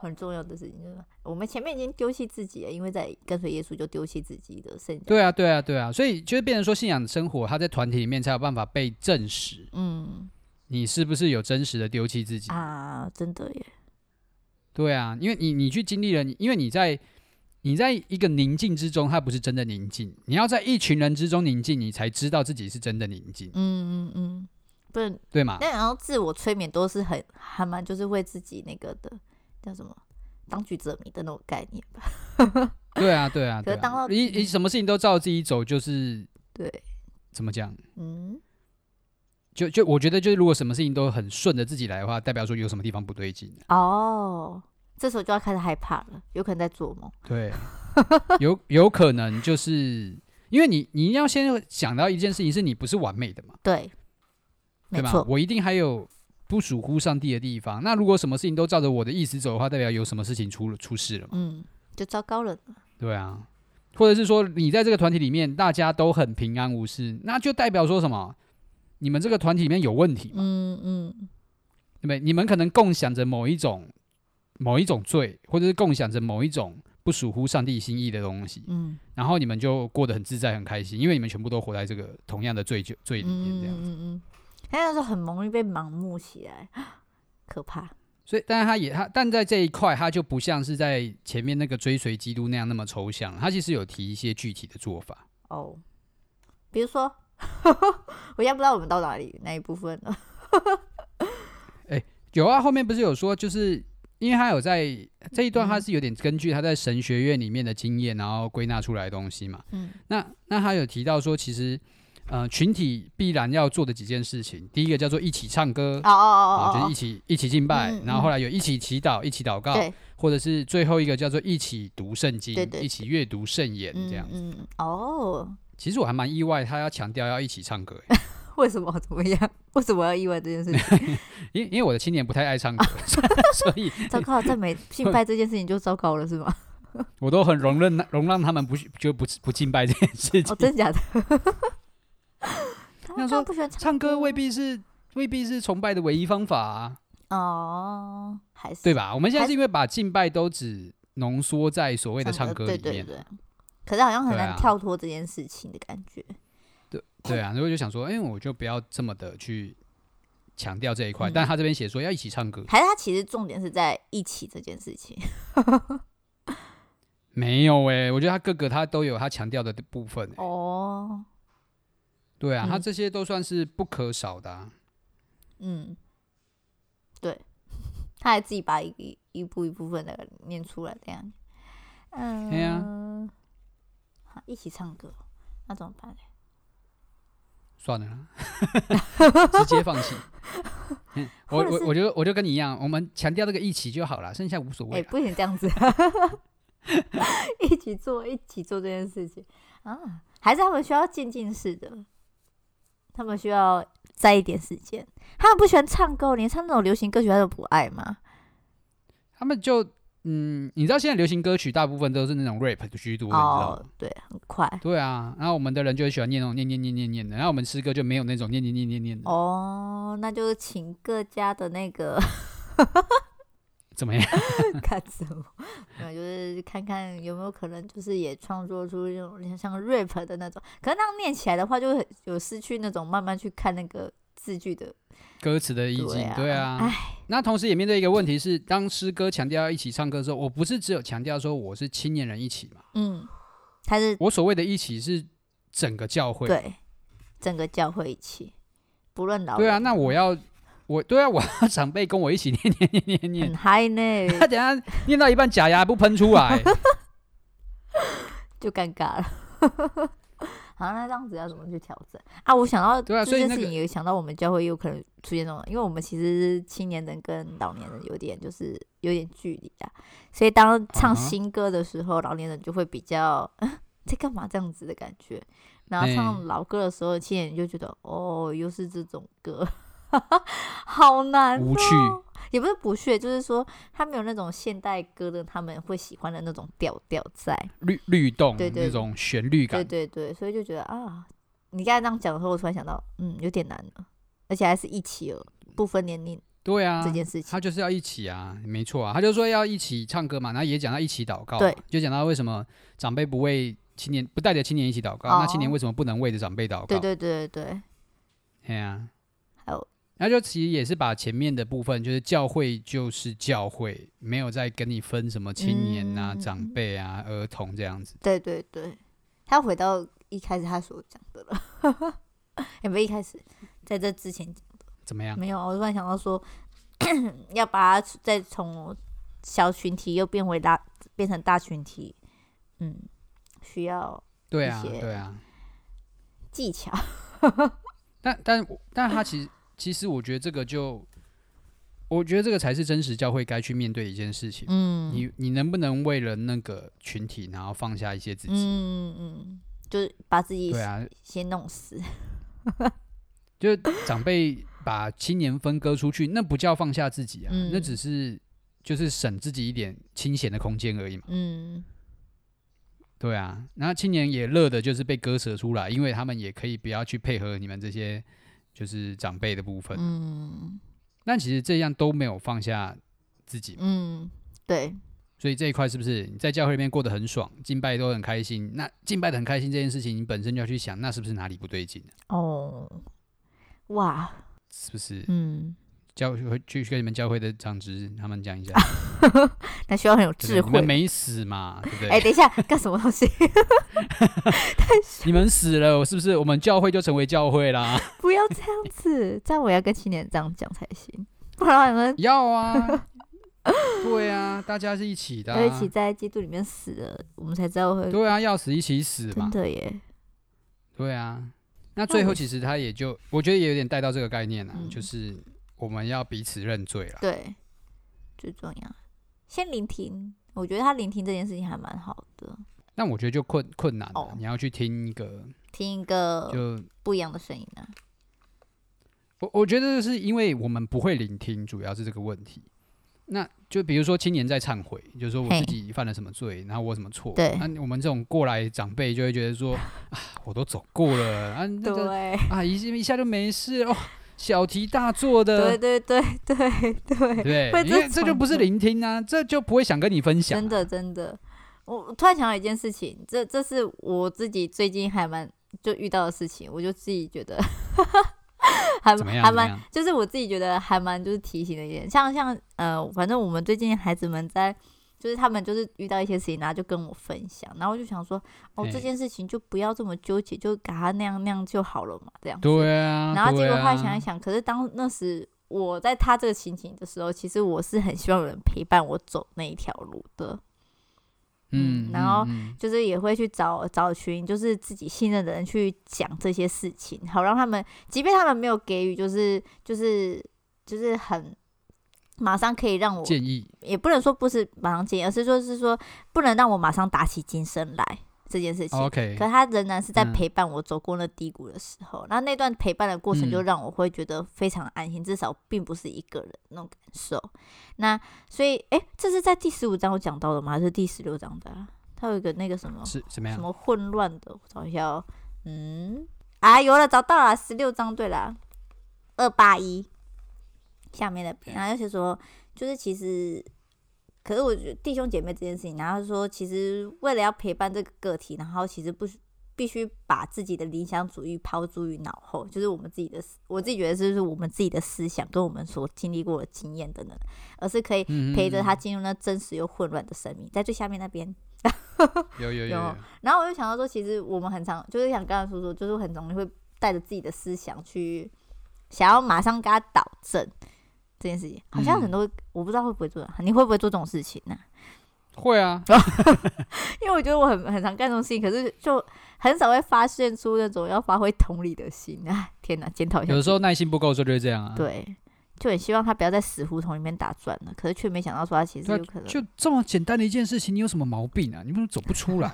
Speaker 3: 很重要的事情，就是我们前面已经丢弃自己了，因为在跟随耶稣就丢弃自己的身体。
Speaker 2: 对啊，对啊，对啊，所以就是变成说，信仰生活，它在团体里面才有办法被证实，
Speaker 3: 嗯
Speaker 2: 你是不是有真实的丢弃自己？
Speaker 3: 啊，真的耶，
Speaker 2: 对啊，因为你你去经历了，你因为你在你在一个宁静之中，它不是真的宁静，你要在一群人之中宁静，你才知道自己是真的宁静，
Speaker 3: 嗯嗯嗯，不然
Speaker 2: 对吗？
Speaker 3: 但然后自我催眠都是很还蛮就是为自己那个的叫什么当局者迷的那种概念吧，
Speaker 2: 对啊，对啊，
Speaker 3: 可
Speaker 2: 对
Speaker 3: 是当
Speaker 2: 啊
Speaker 3: 到，
Speaker 2: 你你什么事情都照自己走，就是
Speaker 3: 对，
Speaker 2: 怎么讲？
Speaker 3: 嗯
Speaker 2: 就就我觉得，就是如果什么事情都很顺着自己来的话，代表说有什么地方不对劲。
Speaker 3: 哦，这时候就要开始害怕了，有可能在做梦，
Speaker 2: 对，有有可能就是因为你你要先想到一件事情，是你不是完美的嘛，
Speaker 3: 对，
Speaker 2: 对
Speaker 3: 没
Speaker 2: 吧？
Speaker 3: 错，
Speaker 2: 我一定还有不属乎上帝的地方。那如果什么事情都照着我的意思走的话，代表有什么事情出了出事了嘛？
Speaker 3: 嗯，就糟糕了，
Speaker 2: 对啊，或者是说你在这个团体里面大家都很平安无事，那就代表说什么？你们这个团体里面有问题嘛？
Speaker 3: 嗯嗯
Speaker 2: 对不对？你们可能共享着某一种某一种罪，或者是共享着某一种不属乎上帝心意的东西。
Speaker 3: 嗯
Speaker 2: 然后你们就过得很自在、很开心，因为你们全部都活在这个同样的罪疚罪
Speaker 3: 嗯
Speaker 2: 里面，
Speaker 3: 嗯
Speaker 2: 这样。
Speaker 3: 嗯嗯，他那时候很容易被盲目起来，可怕，
Speaker 2: 所以，但是他也他，但在这一块，他就不像是在前面那个追随基督那样那么抽象，他其实有提一些具体的做法。
Speaker 3: 哦，比如说， 我现在不知道我们到哪里哪一部分了。
Speaker 2: 有啊，后面不是有说，就是因为他有在这一段，他是有点根据他在神学院里面的经验，然后归纳出来的东西嘛。
Speaker 3: 嗯
Speaker 2: 那那他有提到说，其实呃，群体必然要做的几件事情，第一个叫做一起唱歌。
Speaker 3: 哦哦哦
Speaker 2: 啊，
Speaker 3: 哦
Speaker 2: 就是
Speaker 3: 哦
Speaker 2: 一，起一起敬拜，
Speaker 3: 嗯
Speaker 2: 然后
Speaker 3: 嗯
Speaker 2: 后来有一起祈祷，一起祷告，
Speaker 3: 对，
Speaker 2: 或者是最后一个叫做一起读圣经，
Speaker 3: 对对
Speaker 2: 一起阅读圣言
Speaker 3: 嗯
Speaker 2: 这样。
Speaker 3: 嗯，嗯哦，
Speaker 2: 其实我还蛮意外，他要强调要一起唱歌欸，
Speaker 3: 为什么怎么样？为什么要意外这件事 情？
Speaker 2: 因因为我的青年不太爱 唱歌， 所以
Speaker 3: 糟糕，赞美敬拜这件事情就糟糕了，是吗？
Speaker 2: 我都很容忍容让他们不就不不敬拜这件事 情。
Speaker 3: 哦，真 的假的？他
Speaker 2: 那
Speaker 3: 们
Speaker 2: 说
Speaker 3: 根本不喜欢
Speaker 2: 唱歌未必是未必是崇拜的唯一方法、啊，
Speaker 3: 哦，还是
Speaker 2: 对吧？我们现在
Speaker 3: 还
Speaker 2: 是因为把敬拜都只浓缩在所谓的唱歌里
Speaker 3: 对
Speaker 2: 面，
Speaker 3: 对对。可是好像很
Speaker 2: 对
Speaker 3: 难
Speaker 2: 啊
Speaker 3: 跳脱这件事情的感觉。
Speaker 2: 对啊，所以我就想说，哎、我就不要这么的去强调这一块。
Speaker 3: 嗯
Speaker 2: 但他这边写说要一起唱歌，
Speaker 3: 还是他其实重点是在一起这件事情。
Speaker 2: 没有哎、我觉得他各个他都有他强调的部分、欸。
Speaker 3: 哦，
Speaker 2: 对啊，
Speaker 3: 嗯
Speaker 2: 他这些都算是不可少的、啊。
Speaker 3: 嗯，对， 他还自己把一一一步一部分的念出来，这样。嗯，
Speaker 2: 对啊
Speaker 3: 好一起唱歌，那怎么办呢？
Speaker 2: 算了 啦，直接放弃。嗯我
Speaker 3: 或者
Speaker 2: 我
Speaker 3: 是
Speaker 2: 我就我就跟你一样，我们强调这个一起就好了，剩下无所
Speaker 3: 哎、
Speaker 2: 谓啦。
Speaker 3: 不行这样子，一起做一起做这件事情啊，还是他们需要渐进式的，他们需要在一点时间。他们不喜欢唱歌，连唱那种流行歌曲他都不爱嘛。
Speaker 2: 他们就嗯，你知道现在流行歌曲大部分都是那种 rap 居多，你知道
Speaker 3: 哦
Speaker 2: 吗？，
Speaker 3: 对，很快
Speaker 2: 对啊，然后我们的人就很喜欢念那种念念念念念的，然后我们诗歌就没有那种念念念念念的，
Speaker 3: 哦，那就是请各家的那个
Speaker 2: 怎么样？
Speaker 3: 看什么？没有，就是看看有没有可能，就是也创作出那种像 rap 的那种。可是那样念起来的话，就会很有失去那种慢慢去看那个字句的。
Speaker 2: 歌词的意
Speaker 3: 对
Speaker 2: 境
Speaker 3: 啊，
Speaker 2: 对啊
Speaker 3: 唉。
Speaker 2: 那同时也面对一个问题是，当诗歌强调要一起唱歌的时候，我不是只有强调说我是青年人一起嘛，
Speaker 3: 嗯，它是
Speaker 2: 我所谓的一起是整个教会。
Speaker 3: 对整个教会一起，不论老
Speaker 2: 对啊，
Speaker 3: 人
Speaker 2: 那我要我对啊，我要长辈跟我一起念念念念念
Speaker 3: 很，嗨呢，
Speaker 2: 他等一下念到一半假牙不喷出 来，
Speaker 3: 就尴尬了。 好，那这样子要怎么去调整啊？我想到
Speaker 2: 对啊
Speaker 3: 这
Speaker 2: 所以
Speaker 3: 件
Speaker 2: 那
Speaker 3: 事
Speaker 2: 个
Speaker 3: 情，也想到我们教会也有可能出现这种，因为我们其实青年人跟老年人有点就是有点距离啊，所以当
Speaker 2: 啊哈
Speaker 3: 唱新歌的时候，老年人就会比较 啊在干嘛这样子的感觉，然后
Speaker 2: 哎
Speaker 3: 唱老歌的时候，青年人就觉得哦，又是这种歌， 好难、哦，
Speaker 2: 无趣，
Speaker 3: 也不是不屑，就是说他没有那种现代歌的他们会喜欢的那种调调在。
Speaker 2: 律律动
Speaker 3: 对对
Speaker 2: 那种旋律
Speaker 3: 对
Speaker 2: 感，
Speaker 3: 对对，所以就觉得啊，你刚才这样讲的时候，我突然想到，嗯，有点难了，而且还是一起了，不分年龄。
Speaker 2: 对啊，
Speaker 3: 这件事情。
Speaker 2: 他就是要一起啊，没错啊，他就说要一起唱歌嘛，然后也讲到一起祷告，啊
Speaker 3: 对，
Speaker 2: 就讲到为什么长辈不为青年不带着青年一起祷告，
Speaker 3: 哦
Speaker 2: 那青年为什么不能为着长辈祷告？
Speaker 3: 对对对对对，
Speaker 2: 哎呀、
Speaker 3: 还有
Speaker 2: 那就其实也是把前面的部分，就是教会就是教会，没有再跟你分什么青年啊、
Speaker 3: 嗯
Speaker 2: 长辈啊、儿童这样子。
Speaker 3: 对对对，他回到一开始他所讲的了， 也没有一开始，在这之前
Speaker 2: 怎么样？
Speaker 3: 没有，我突然想到说， 要把它再从小群体又变回大，变成大群体，嗯，需要
Speaker 2: 对啊，
Speaker 3: 一些
Speaker 2: 对啊。
Speaker 3: 技巧。
Speaker 2: 但但但他其实其实我觉得这个就，我觉得这个才是真实教会该去面对的一件事情。
Speaker 3: 嗯，
Speaker 2: 你你能不能为了那个群体，然后放下一些自己？
Speaker 3: 嗯嗯，就是把自己
Speaker 2: 对啊，
Speaker 3: 先弄死。
Speaker 2: 就是长辈把青年分割出去，那不叫放下自己啊，
Speaker 3: 嗯
Speaker 2: 那只是就是省自己一点清闲的空间而已嘛。
Speaker 3: 嗯，
Speaker 2: 对啊，那青年也乐的就是被割舍出来，因为他们也可以不要去配合你们这些就是长辈的部分。
Speaker 3: 嗯
Speaker 2: 但其实这样都没有放下自己嘛，
Speaker 3: 嗯，对，
Speaker 2: 所以这一块是不是你在教会里面过得很爽，敬拜都很开心？那敬拜的很开心这件事情，你本身就要去想，那是不是哪里不对劲、啊？
Speaker 3: 哦，哇，
Speaker 2: 是不是？
Speaker 3: 嗯，
Speaker 2: 教会去跟你们教会的长职他们讲一下，
Speaker 3: 那需要很有
Speaker 2: 对
Speaker 3: 啊智
Speaker 2: 你们
Speaker 3: 慧。
Speaker 2: 没死嘛，对不对？
Speaker 3: 哎、等一下，干什么东西？
Speaker 2: 你们死了，是不是我们教会就成为教会 啦？
Speaker 3: 不要这样子，这样我要跟青年这样讲才行，不然我们
Speaker 2: 要啊，对啊，大家是一起的、
Speaker 3: 要一起
Speaker 2: 啊，
Speaker 3: 在基督里面死了，我们才知道会
Speaker 2: 对啊，要死一起死
Speaker 3: 呃真
Speaker 2: 嘛，
Speaker 3: 的耶。
Speaker 2: 对啊。那最后其实他也就，我觉得也有点带到这个概念啊，
Speaker 3: 嗯
Speaker 2: 就是我们要彼此认罪啦。
Speaker 3: 对，最重要，先聆听。我觉得他聆听这件事情还蛮好的，
Speaker 2: 但我觉得就困困难、啊，
Speaker 3: 哦呃
Speaker 2: 你要去听一个，
Speaker 3: 听一个
Speaker 2: 就
Speaker 3: 不一样的声音啊。
Speaker 2: 我我觉得是因为我们不会聆听，主要是这个问题。那就比如说青年在忏悔，就是说我
Speaker 3: 嘿
Speaker 2: 自己犯了什么罪，然后我有什么错。
Speaker 3: 对
Speaker 2: 那我们这种过来长辈就会觉得 说啊，我都走过了啊，那个
Speaker 3: 对，
Speaker 2: 啊一一下就没事哦，小题大做的
Speaker 3: 对，对对对 对，
Speaker 2: 对
Speaker 3: 会
Speaker 2: 因为
Speaker 3: 这
Speaker 2: 这就
Speaker 3: 种
Speaker 2: 不是
Speaker 3: 的
Speaker 2: 聆听啊，这就不会想跟你分享啊、
Speaker 3: 真的真的。我我突然想到一件事情，这这是我自己最近还蛮就遇到的事情，我就自己觉得还
Speaker 2: 怎么样？
Speaker 3: 还
Speaker 2: 怎么
Speaker 3: 蛮
Speaker 2: 样？
Speaker 3: 就是我自己觉得还蛮就是提醒的一点，像像呃，反正我们最近孩子们在，就是他们就是遇到一些事情，然后就跟我分享，然后我就想说，哦，
Speaker 2: 嘿
Speaker 3: 这件事情就不要这么纠结，就给他那样那样就好了嘛，这样。。
Speaker 2: 对啊，
Speaker 3: 然后结
Speaker 2: 对
Speaker 3: 果后来
Speaker 2: 啊
Speaker 3: 想一，想，可是当那时我在他这个情景的时候，其实我是很希望有人陪伴我走那一条路的，嗯然后
Speaker 2: 嗯
Speaker 3: 就是也会去找找寻就是自己信任的人去讲这些事情，好让他们，即便他们没有给予，就是就是就是很马上可以让我，
Speaker 2: 嗯建议
Speaker 3: 也不能说不是马上建议，而是说是说不能让我马上打起精神来这件事情。
Speaker 2: OK，
Speaker 3: 可他仍然是在
Speaker 2: 嗯
Speaker 3: 陪伴我走过那低谷的时候，那、那段陪伴的过程就
Speaker 2: 嗯
Speaker 3: 让我会觉得非常安心，至少并不是一个人那种感受。那所以，哎、这是在第十五章我讲到的吗？还是第十六章的、啊？它有一个那个什么
Speaker 2: 是怎么
Speaker 3: 什
Speaker 2: 样？
Speaker 3: 么混乱的，我找一下哦。嗯，啊，有了，找到了，十六章对啦，二八一下面的边，然后就说，就是其实，可是我觉得弟兄姐妹这件事情，然后说，其实为了要陪伴这个个体，然后其实不需必须把自己的理想主义抛诸于脑后，就是我们自己的思，我自己觉得就是我们自己的思想跟我们所经历过的经验等等，而是可以
Speaker 2: 嗯
Speaker 3: 陪着他
Speaker 2: 嗯
Speaker 3: 进入那真实又混乱的生命，在最下面那边。
Speaker 2: 嗯有有有
Speaker 3: 有
Speaker 2: 有，
Speaker 3: 然后我就想到说，其实我们很常就是像刚才说说，就是很容易会带着自己的思想去想要马上给他导正这件事情，好
Speaker 2: 嗯
Speaker 3: 像很多、我不知道会不会做，你会不会做这种事情呢、
Speaker 2: 会啊，
Speaker 3: 因为我觉得我很很常干这种事情，可是就很少会发现出那种要发挥同理的心。 哎，天哪，检讨一下
Speaker 2: 有
Speaker 3: 自
Speaker 2: 的
Speaker 3: 己，
Speaker 2: 时候耐心不够的时候就是这样啊。
Speaker 3: 对，就很希望他不要在死胡同里面打转了，可是却没想到说他其实
Speaker 2: 对啊
Speaker 3: 有可能
Speaker 2: 就这么简单的一件事情，你有什么毛病啊？你为什么走不出 来？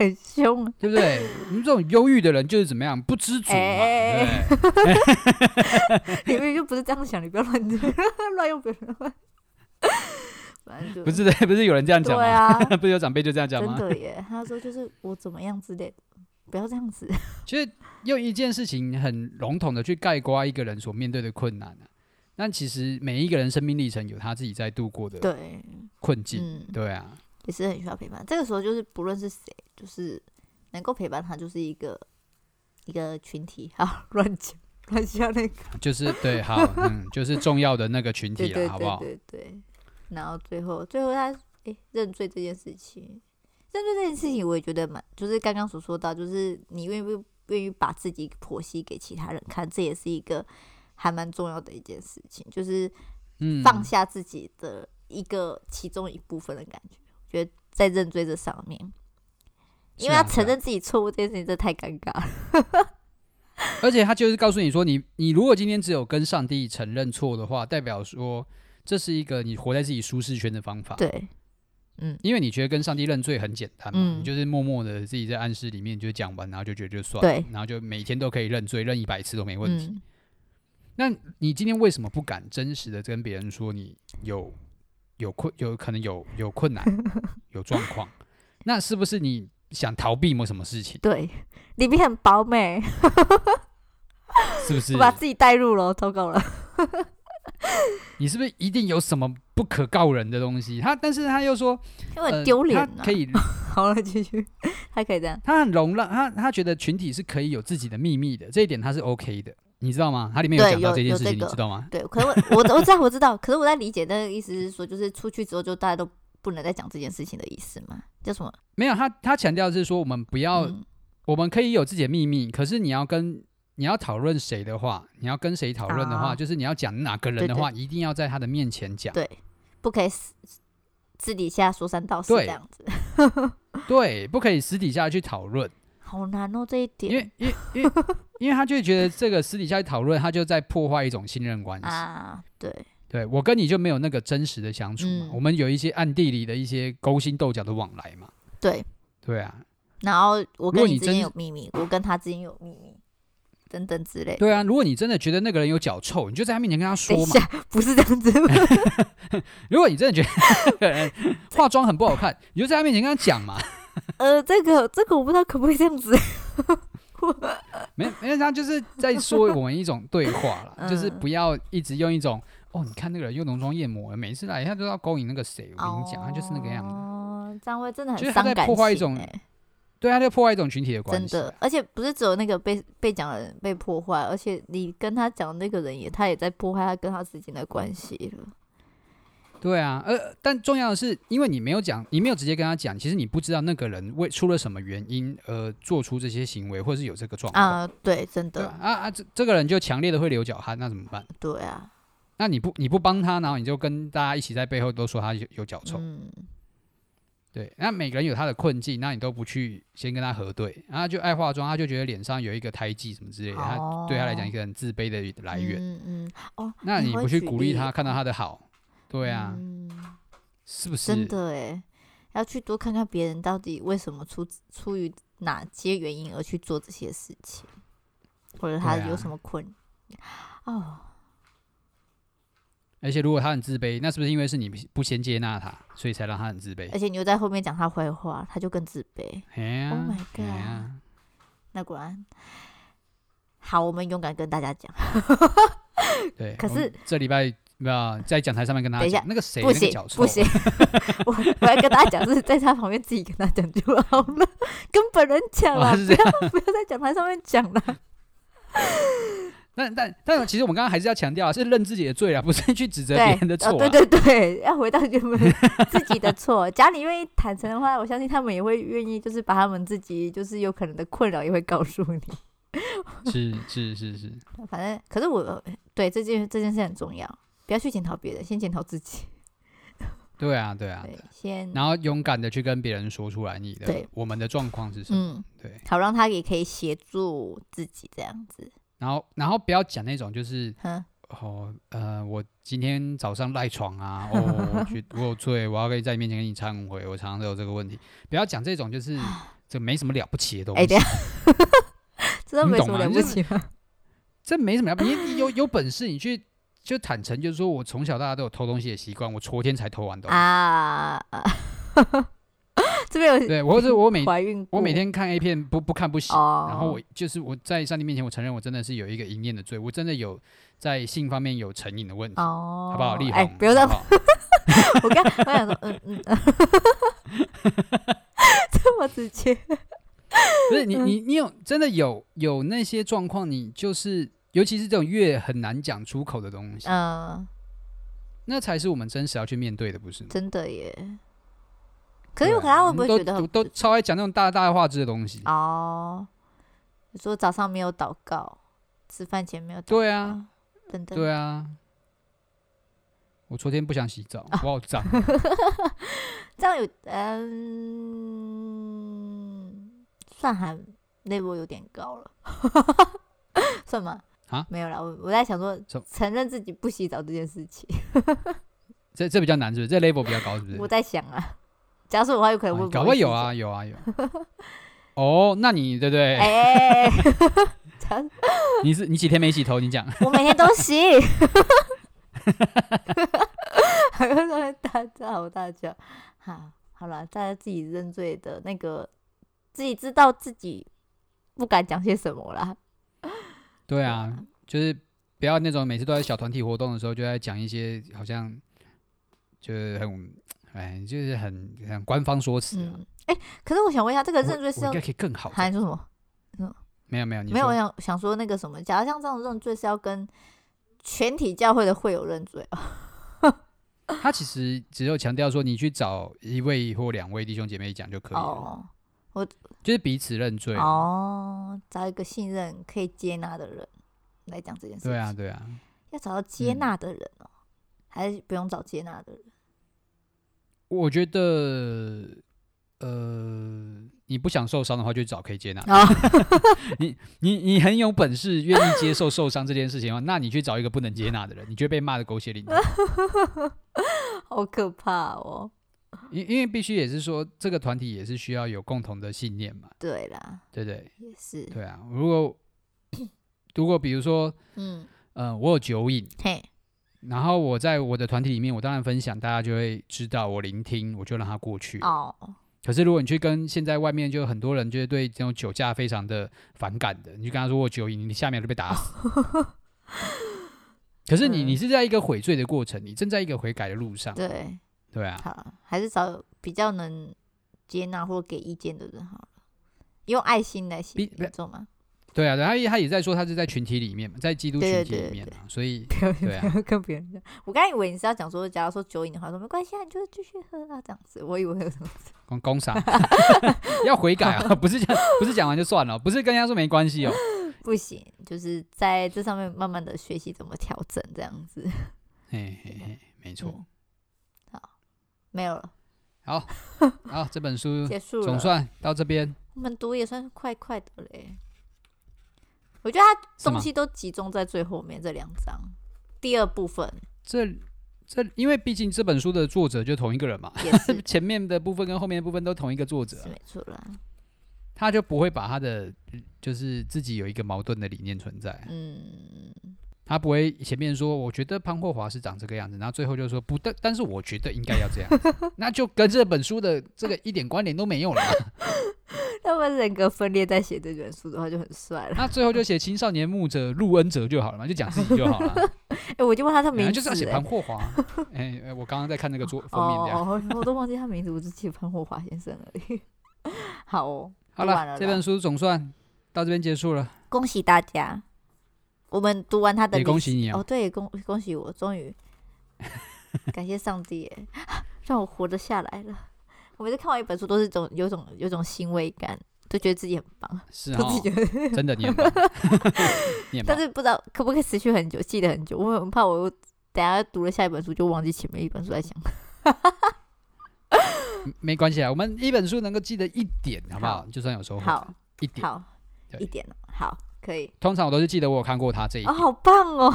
Speaker 3: 很凶啊，
Speaker 2: 对不对？你们这种忧郁的人就是怎么样，不知足嘛，
Speaker 3: 哎哎
Speaker 2: 对不对？
Speaker 3: 你明明就不是这样想，你不要乱 乱用别人的话， 反正 就
Speaker 2: 不是的，不是有人这样讲
Speaker 3: 对
Speaker 2: 吗？
Speaker 3: 啊，
Speaker 2: 不是有长辈就这样讲
Speaker 3: 真
Speaker 2: 吗？
Speaker 3: 的耶。他说就是我怎么样之类的，不要这样 子。
Speaker 2: 其实用一件事情很笼统的去概括一个人所面对的困难啊。但其实每一个人生命历程有他自己在度过的
Speaker 3: 对，
Speaker 2: 困境，
Speaker 3: 嗯，
Speaker 2: 对啊，
Speaker 3: 也是很需要陪伴。这个时候就是不论是谁，就是能够陪伴他，就是一个一个群体。好， 乱讲乱讲那个，
Speaker 2: 就是对，好，嗯，就是重要的那个群
Speaker 3: 对
Speaker 2: 体啊
Speaker 3: 对
Speaker 2: 了，好不
Speaker 3: 对
Speaker 2: 好？
Speaker 3: 对对。然后最后最后他诶、认罪这件事情，认罪这件事情我也觉得蛮，就是刚刚所说到，就是你愿不愿意把自己剖析给其他人看，这也是一个还蛮重要的一件事情，就是
Speaker 2: 嗯，
Speaker 3: 放下自己的一个其中一部分的感觉。我觉得在认罪这上面，
Speaker 2: 啊
Speaker 3: 因为
Speaker 2: 是啊
Speaker 3: 他承，
Speaker 2: 是
Speaker 3: 认自己错误这件事情，这太尴尬了。
Speaker 2: 啊而且他就是告诉你说，你你如果今天只有跟上帝承认错的话，代表说这是一个你活在自己舒适圈的方法，
Speaker 3: 对，嗯，
Speaker 2: 因为你觉得跟上帝认罪很简单嘛，
Speaker 3: 嗯
Speaker 2: 你就是默默的自己在暗示里面就讲完，然后就觉得就算了，
Speaker 3: 对
Speaker 2: 然后就每天都可以认罪，认一百次都没 问题。
Speaker 3: 嗯，
Speaker 2: 那你今天为什么不敢真实的跟别人说你有有困有可能有有困 难有状况？那是不是你想逃避某什么事情？
Speaker 3: 对，里面很饱美，
Speaker 2: 是不是
Speaker 3: 我？把自己带入了，糟糕了。
Speaker 2: 你是不是一定有什么不可告人的东西？他但是他又说
Speaker 3: 因为
Speaker 2: 呃
Speaker 3: 很丢脸
Speaker 2: 他
Speaker 3: 啊。
Speaker 2: 可以，
Speaker 3: 好了，继续，他可以这样。
Speaker 2: 他很容让他他觉得群体是可以有自己的秘密的，这一点他是 OK 的，你知道吗？他里面有
Speaker 3: 对
Speaker 2: 讲到
Speaker 3: 有
Speaker 2: 这件
Speaker 3: 有
Speaker 2: 事
Speaker 3: 这
Speaker 2: 情，
Speaker 3: 个
Speaker 2: 你知道吗？
Speaker 3: 对，可是 我我我知道我知道，可是我在理解那个意思是说，就是出去之后就大家都不能再讲这件事情的意思嘛？叫什么？
Speaker 2: 没有，他他强调的是说我们不要
Speaker 3: 嗯，
Speaker 2: 我们可以有自己的秘密，可是你要跟你要讨论谁的话，你要跟谁讨论的话，
Speaker 3: 啊
Speaker 2: 就是你要讲哪个人的话，一定要在他的面前讲。
Speaker 3: 对不可以私私底下说三道四
Speaker 2: 对
Speaker 3: 这样子，
Speaker 2: 对，不可以私底下去讨论，
Speaker 3: 好难哦这一
Speaker 2: 因
Speaker 3: 点
Speaker 2: 为因为因为因为他就会觉得这个私底下去讨论，他就在破坏一种信任关系。
Speaker 3: 啊，对，
Speaker 2: 对我跟你就没有那个真实的相处嘛，
Speaker 3: 嗯
Speaker 2: 我们有一些暗地里的一些勾心斗角的往来嘛。
Speaker 3: 对，
Speaker 2: 对啊，
Speaker 3: 然后
Speaker 2: 如
Speaker 3: 我
Speaker 2: 果
Speaker 3: 跟
Speaker 2: 你
Speaker 3: 你之
Speaker 2: 真
Speaker 3: 间
Speaker 2: 是
Speaker 3: 有秘密，我跟他之间有秘密，等等之类。
Speaker 2: 对啊，如果你真的觉得那个人有脚臭，你就在他面前跟他说
Speaker 3: 等一
Speaker 2: 嘛。
Speaker 3: 下，不是这样子，
Speaker 2: 如果你真的觉得那个人 化妆很不好看，你就在他面前跟他讲嘛。
Speaker 3: 呃，这个这个我不知道可不可以这样子。
Speaker 2: 没没有，他就是在说我们一种对话啦，就是
Speaker 3: 嗯
Speaker 2: 不要一直用一种哦，你看那个人又浓妆艳抹了，每一次来他都要勾引那个谁，我跟你讲，他就是那个样子。
Speaker 3: 哦，这样会真的
Speaker 2: 就是
Speaker 3: 很
Speaker 2: 他
Speaker 3: 伤
Speaker 2: 在
Speaker 3: 感情、欸。
Speaker 2: 破坏一种对，他就破坏一种群体的关
Speaker 3: 真
Speaker 2: 系啊。
Speaker 3: 的，而且不是只有那个被被讲的人被破坏，而且你跟他讲的那个人也，他也在破坏他跟他之间的关系了。
Speaker 2: 对啊，呃，但重要的是，因为你没有讲，你没有直接跟他讲，其实你不知道那个人为出了什么原因而做出这些行为，或者是有这个状况。
Speaker 3: 啊、对，真
Speaker 2: 对
Speaker 3: 的，
Speaker 2: 啊啊啊！这这个人就强烈的会流脚汗，那怎么办？
Speaker 3: 对啊，
Speaker 2: 那你不你不帮他，然后你就跟大家一起在背后都说他有有脚臭，
Speaker 3: 嗯，
Speaker 2: 对，那每个人有他的困境，那你都不去先跟他核对，然后他就爱化妆，他就觉得脸上有一个胎记什么之类的，他对他来讲
Speaker 3: 哦
Speaker 2: 一个很自卑的来源。
Speaker 3: 嗯嗯，哦，
Speaker 2: 那你
Speaker 3: 会
Speaker 2: 不去
Speaker 3: 举
Speaker 2: 鼓励
Speaker 3: 例
Speaker 2: 他，
Speaker 3: 哦
Speaker 2: 看到他的好，对啊，
Speaker 3: 嗯，
Speaker 2: 是不是
Speaker 3: 真？的哎，要去多看看别人到底为什么出出于哪些原因而去做这些事情，或者他
Speaker 2: 对啊
Speaker 3: 有什么困、哦，
Speaker 2: 而且如果他很自卑，那是不是因为是你不不先接纳他，所以才让他很自卑
Speaker 3: 而？且你又在后面讲他坏话，他就更自卑。
Speaker 2: 哎呀、
Speaker 3: Oh my
Speaker 2: 哎呀
Speaker 3: 那果然，好，我们勇敢跟大家讲。
Speaker 2: 对。
Speaker 3: 可
Speaker 2: 我们
Speaker 3: 是
Speaker 2: 这礼拜啊，在讲台上面跟他
Speaker 3: 等一
Speaker 2: 讲
Speaker 3: 下
Speaker 2: 那个谁
Speaker 3: 不
Speaker 2: 那个
Speaker 3: 行
Speaker 2: 脚臭，
Speaker 3: 不行， 我我要跟大家讲，是在他旁边自己跟他讲就好了， 跟本人讲
Speaker 2: 哦
Speaker 3: 啦，
Speaker 2: 是
Speaker 3: 不
Speaker 2: 这
Speaker 3: 要不要在讲台上面讲啦。
Speaker 2: 但但但其实我们刚刚还是要强调啊，是认自己的罪啊，不是去指责别
Speaker 3: 对
Speaker 2: 人的错、啊
Speaker 3: 哦，对对对，要回到 原本自己的错。假如你愿意坦诚的话，我相信他们也会愿意，就是把他们自己就是有可能的困扰也会告诉你。啊
Speaker 2: 是是是是，
Speaker 3: 反正，可是我对这件这件事很重要，不要去检讨别人，先检讨自己。
Speaker 2: 对啊对啊。
Speaker 3: 对，先
Speaker 2: 然后勇敢的去跟别人说出来你的
Speaker 3: 嗯对
Speaker 2: 我们的状况是什么，
Speaker 3: 嗯，
Speaker 2: 对。
Speaker 3: 好让他也可以协助自己这样子。
Speaker 2: 然后然后不要讲那种就是
Speaker 3: 哼，
Speaker 2: 哦呃我今天早上赖床 啊，哦我去我有罪，我要跟你在你面前跟你忏悔，我常常都有这个问题。不要讲这种就是这没什么了不起的东西，
Speaker 3: 啊哎，等一下， 真的
Speaker 2: 你
Speaker 3: 没
Speaker 2: 懂
Speaker 3: 什么
Speaker 2: 吗
Speaker 3: 了
Speaker 2: 你
Speaker 3: 不
Speaker 2: 就是
Speaker 3: 起吗？
Speaker 2: 这没什么了不起。你你有有本事你去就坦诚，就是说我从小到大都有偷东西的习惯，我昨天才偷完东西。
Speaker 3: 啊， 这边有
Speaker 2: 对我是 我每
Speaker 3: 怀孕过，
Speaker 2: 我每天看 A 片不不看不行。
Speaker 3: 哦，
Speaker 2: 然后我就是我在上帝面前，我承认我真的是有一个淫念的罪，我真的有在性方面有成瘾的问题，
Speaker 3: 哦，
Speaker 2: 好不好？力宏，
Speaker 3: 哎、不要再
Speaker 2: 好不好
Speaker 3: 我刚我想说，嗯 嗯，嗯这么直接，
Speaker 2: 不 是你
Speaker 3: 嗯
Speaker 2: 你你有真的有有那些状况，你就是尤其是这种越很难讲出口的东西，
Speaker 3: 嗯，
Speaker 2: 那才是我们真实要去面对的，不是吗？
Speaker 3: 真的耶。可
Speaker 2: 对
Speaker 3: 是
Speaker 2: 啊
Speaker 3: 有可能他会
Speaker 2: 我
Speaker 3: 不
Speaker 2: 们
Speaker 3: 会
Speaker 2: 都
Speaker 3: 觉得很
Speaker 2: 都都超爱讲那种大大话之的东西？
Speaker 3: 哦？你说早上没有祷告，吃饭前没有祷告，
Speaker 2: 对啊，
Speaker 3: 等等，
Speaker 2: 对啊。我昨天不想洗澡，
Speaker 3: 哦
Speaker 2: 我好脏。啊
Speaker 3: 这样有嗯，算还 level 有点高了， 算吗？
Speaker 2: 啊
Speaker 3: 没有啦，我我在想说
Speaker 2: 什么
Speaker 3: 承认自己不洗澡这件事情，
Speaker 2: 这这比较难，是不是？这 level 比较高，是不是？
Speaker 3: 我在想啊，假如是我还有可能
Speaker 2: 啊
Speaker 3: 会
Speaker 2: 你
Speaker 3: 不
Speaker 2: 搞
Speaker 3: 会
Speaker 2: 不好
Speaker 3: 洗
Speaker 2: 有
Speaker 3: 澡
Speaker 2: 啊，有啊，有。 哦，那你对不对？
Speaker 3: 哎、假如
Speaker 2: 你是你几天没洗头？你讲
Speaker 3: 我每天都洗，还会在那边大叫大叫。好，好了，大家自己认罪的那个，自己知道自己不敢讲些什么啦。
Speaker 2: 对啊，就是不要那种每次都在小团体活动的时候就在讲一些好像就是很哎，就是很很官方说辞啊。
Speaker 3: 嗯，哎、可是我想问一下，这个
Speaker 2: 我
Speaker 3: 认罪是
Speaker 2: 我
Speaker 3: 要
Speaker 2: 应该可以更好的。
Speaker 3: 还说什么？
Speaker 2: 没有没有，你
Speaker 3: 没有，
Speaker 2: 说
Speaker 3: 我想想说那个什么，假如像这种认罪是要跟全体教会的会友认罪啊？
Speaker 2: 他其实只有强调说，你去找一位或两位弟兄姐妹讲就可以了，
Speaker 3: 哦
Speaker 2: 就是彼此认罪。
Speaker 3: 哦，找一个信任可以接纳的人来讲这件事情。
Speaker 2: 对啊，对啊，
Speaker 3: 要找到接
Speaker 2: 嗯
Speaker 3: 纳的人哦、还是不用找接纳的人？
Speaker 2: 我觉得，呃，你不想受伤的话，就找可以接纳。
Speaker 3: 啊
Speaker 2: 你你你很有本事，愿意接受受伤这件事情的话，那你去找一个不能接纳的人，你就会被骂的狗血 淋头。
Speaker 3: 好可怕哦！
Speaker 2: 因因为必须也是说，这个团体也是需要有共同的信念嘛，
Speaker 3: 对啦，
Speaker 2: 对不对？
Speaker 3: 也是，
Speaker 2: 对啊，如果如果比如说，
Speaker 3: 嗯，
Speaker 2: 呃，我有酒瘾，
Speaker 3: 嘿，
Speaker 2: 然后我在我的团体里面，我当然分享，大家就会知道我聆听，我就让他过去。
Speaker 3: 哦，
Speaker 2: 可是如果你去跟现在外面就很多人就是对这种酒驾非常的反感的，你就跟他说我酒瘾，你下面就被打死。可是你
Speaker 3: 哦嗯
Speaker 2: 你是在一个悔罪的过程，你正在一个悔改的路上，
Speaker 3: 对，
Speaker 2: 对啊，
Speaker 3: 好，还是找有比较能接纳或给意见的人好了，用爱心来写
Speaker 2: 比，
Speaker 3: 你懂 吗？
Speaker 2: 对啊，对啊他也他也在说他是在群体里面嘛，在基督群
Speaker 3: 对对
Speaker 2: 体里
Speaker 3: 对
Speaker 2: 面嘛，所以
Speaker 3: 不要不
Speaker 2: 对啊
Speaker 3: 要跟别人讲。我刚以为你是要讲说，假如说酒瘾的话，说没关系啊，你就继续喝啊，这样子。我以为有什么
Speaker 2: 工工伤 要悔改啊，不是这样，不是讲完就算了，不是跟人家说没关系哦，
Speaker 3: 不行，就是在这上面慢慢的学习怎么调整，这样子。
Speaker 2: 嘿嘿嘿，没错
Speaker 3: 嗯。没有了，
Speaker 2: 好，好，这本书
Speaker 3: 结束了。
Speaker 2: 总算到这边，
Speaker 3: 我们读也算是快快的嘞。我觉得它
Speaker 2: 是
Speaker 3: 东
Speaker 2: 吗？
Speaker 3: 西都集中在最后面这两章，第二部分
Speaker 2: 这这，因为毕竟这本书的作者就同一个人嘛，
Speaker 3: 也 是
Speaker 2: 前面的部分跟后面的部分都同一个作者
Speaker 3: 是，没错啦。
Speaker 2: 他就不会把他的就是自己有一个矛盾的理念存在，
Speaker 3: 嗯，
Speaker 2: 他不会前面说我觉得潘霍华是长这个样子，然后最后就说不但但是我觉得应该要这样子， 那就跟这本书的这个一点关联都没有了。
Speaker 3: 他们人格分裂在写这本书的话就很帅了。
Speaker 2: 那最后就写青少年牧者陆恩哲就好了嘛，就讲自己就好了，
Speaker 3: 哎、我就问他他
Speaker 2: 本
Speaker 3: 名
Speaker 2: 来
Speaker 3: 字、
Speaker 2: 就是要写
Speaker 3: 哎
Speaker 2: 潘霍 华。哎、哎我刚刚在看那个作封面这样。
Speaker 3: 哦哦，我都忘记他名字，我只记得潘霍华先生而已。 好哦，
Speaker 2: 好
Speaker 3: 读完
Speaker 2: 了，
Speaker 3: 了
Speaker 2: 这
Speaker 3: 啦
Speaker 2: 本书总算到这边结束了，
Speaker 3: 恭喜大家，我们读完他的
Speaker 2: 也
Speaker 3: 历
Speaker 2: 恭喜你
Speaker 3: 哦，
Speaker 2: 哦。
Speaker 3: 对，恭恭喜我，终于感谢上帝耶， 让我活着下来了。我每次看完一本书，都是种有种有种欣慰感，都觉得自己很棒，
Speaker 2: 是
Speaker 3: 都
Speaker 2: 哈、
Speaker 3: 自己觉得，
Speaker 2: 真的你 很棒，你很
Speaker 3: 但
Speaker 2: 棒。
Speaker 3: 是不知道可不可以持续很久，记得很久，我很怕我又等下读了下一本书就忘记前面一本书在想。
Speaker 2: 嗯没关系啊，我们一本书能够记得一点，好不好？就算有收获，
Speaker 3: 好，
Speaker 2: 一点。
Speaker 3: 好，
Speaker 2: 对
Speaker 3: 一点了，哦好，可以，
Speaker 2: 通常我都是记得我有看过他这一
Speaker 3: 哦，
Speaker 2: 点，
Speaker 3: 好棒哦，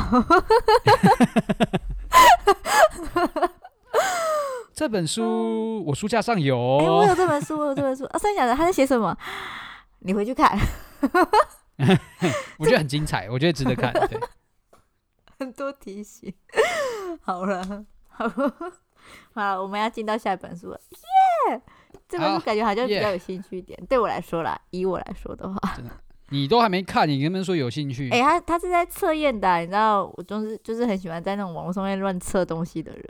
Speaker 2: 这本书我书架上有
Speaker 3: 嗯哎、我
Speaker 2: 哦，
Speaker 3: 有这本书，我有这本书，啊，三角的他在写什么？你回去看，
Speaker 2: 我觉得很精彩，我觉得值得 看。对，
Speaker 3: 很 多提醒。好了， 好了，好了，我们要进到下一本书了，耶、这本
Speaker 2: 好
Speaker 3: 书感觉好像比
Speaker 2: 啊耶
Speaker 3: 较有兴趣一点对我来说啦，以我来说的话，
Speaker 2: 你都还没看，你跟他们说有兴趣？
Speaker 3: 哎、他他是在测验的啊、你知道，我就是就是很喜欢在那种网络上面乱测东西的人，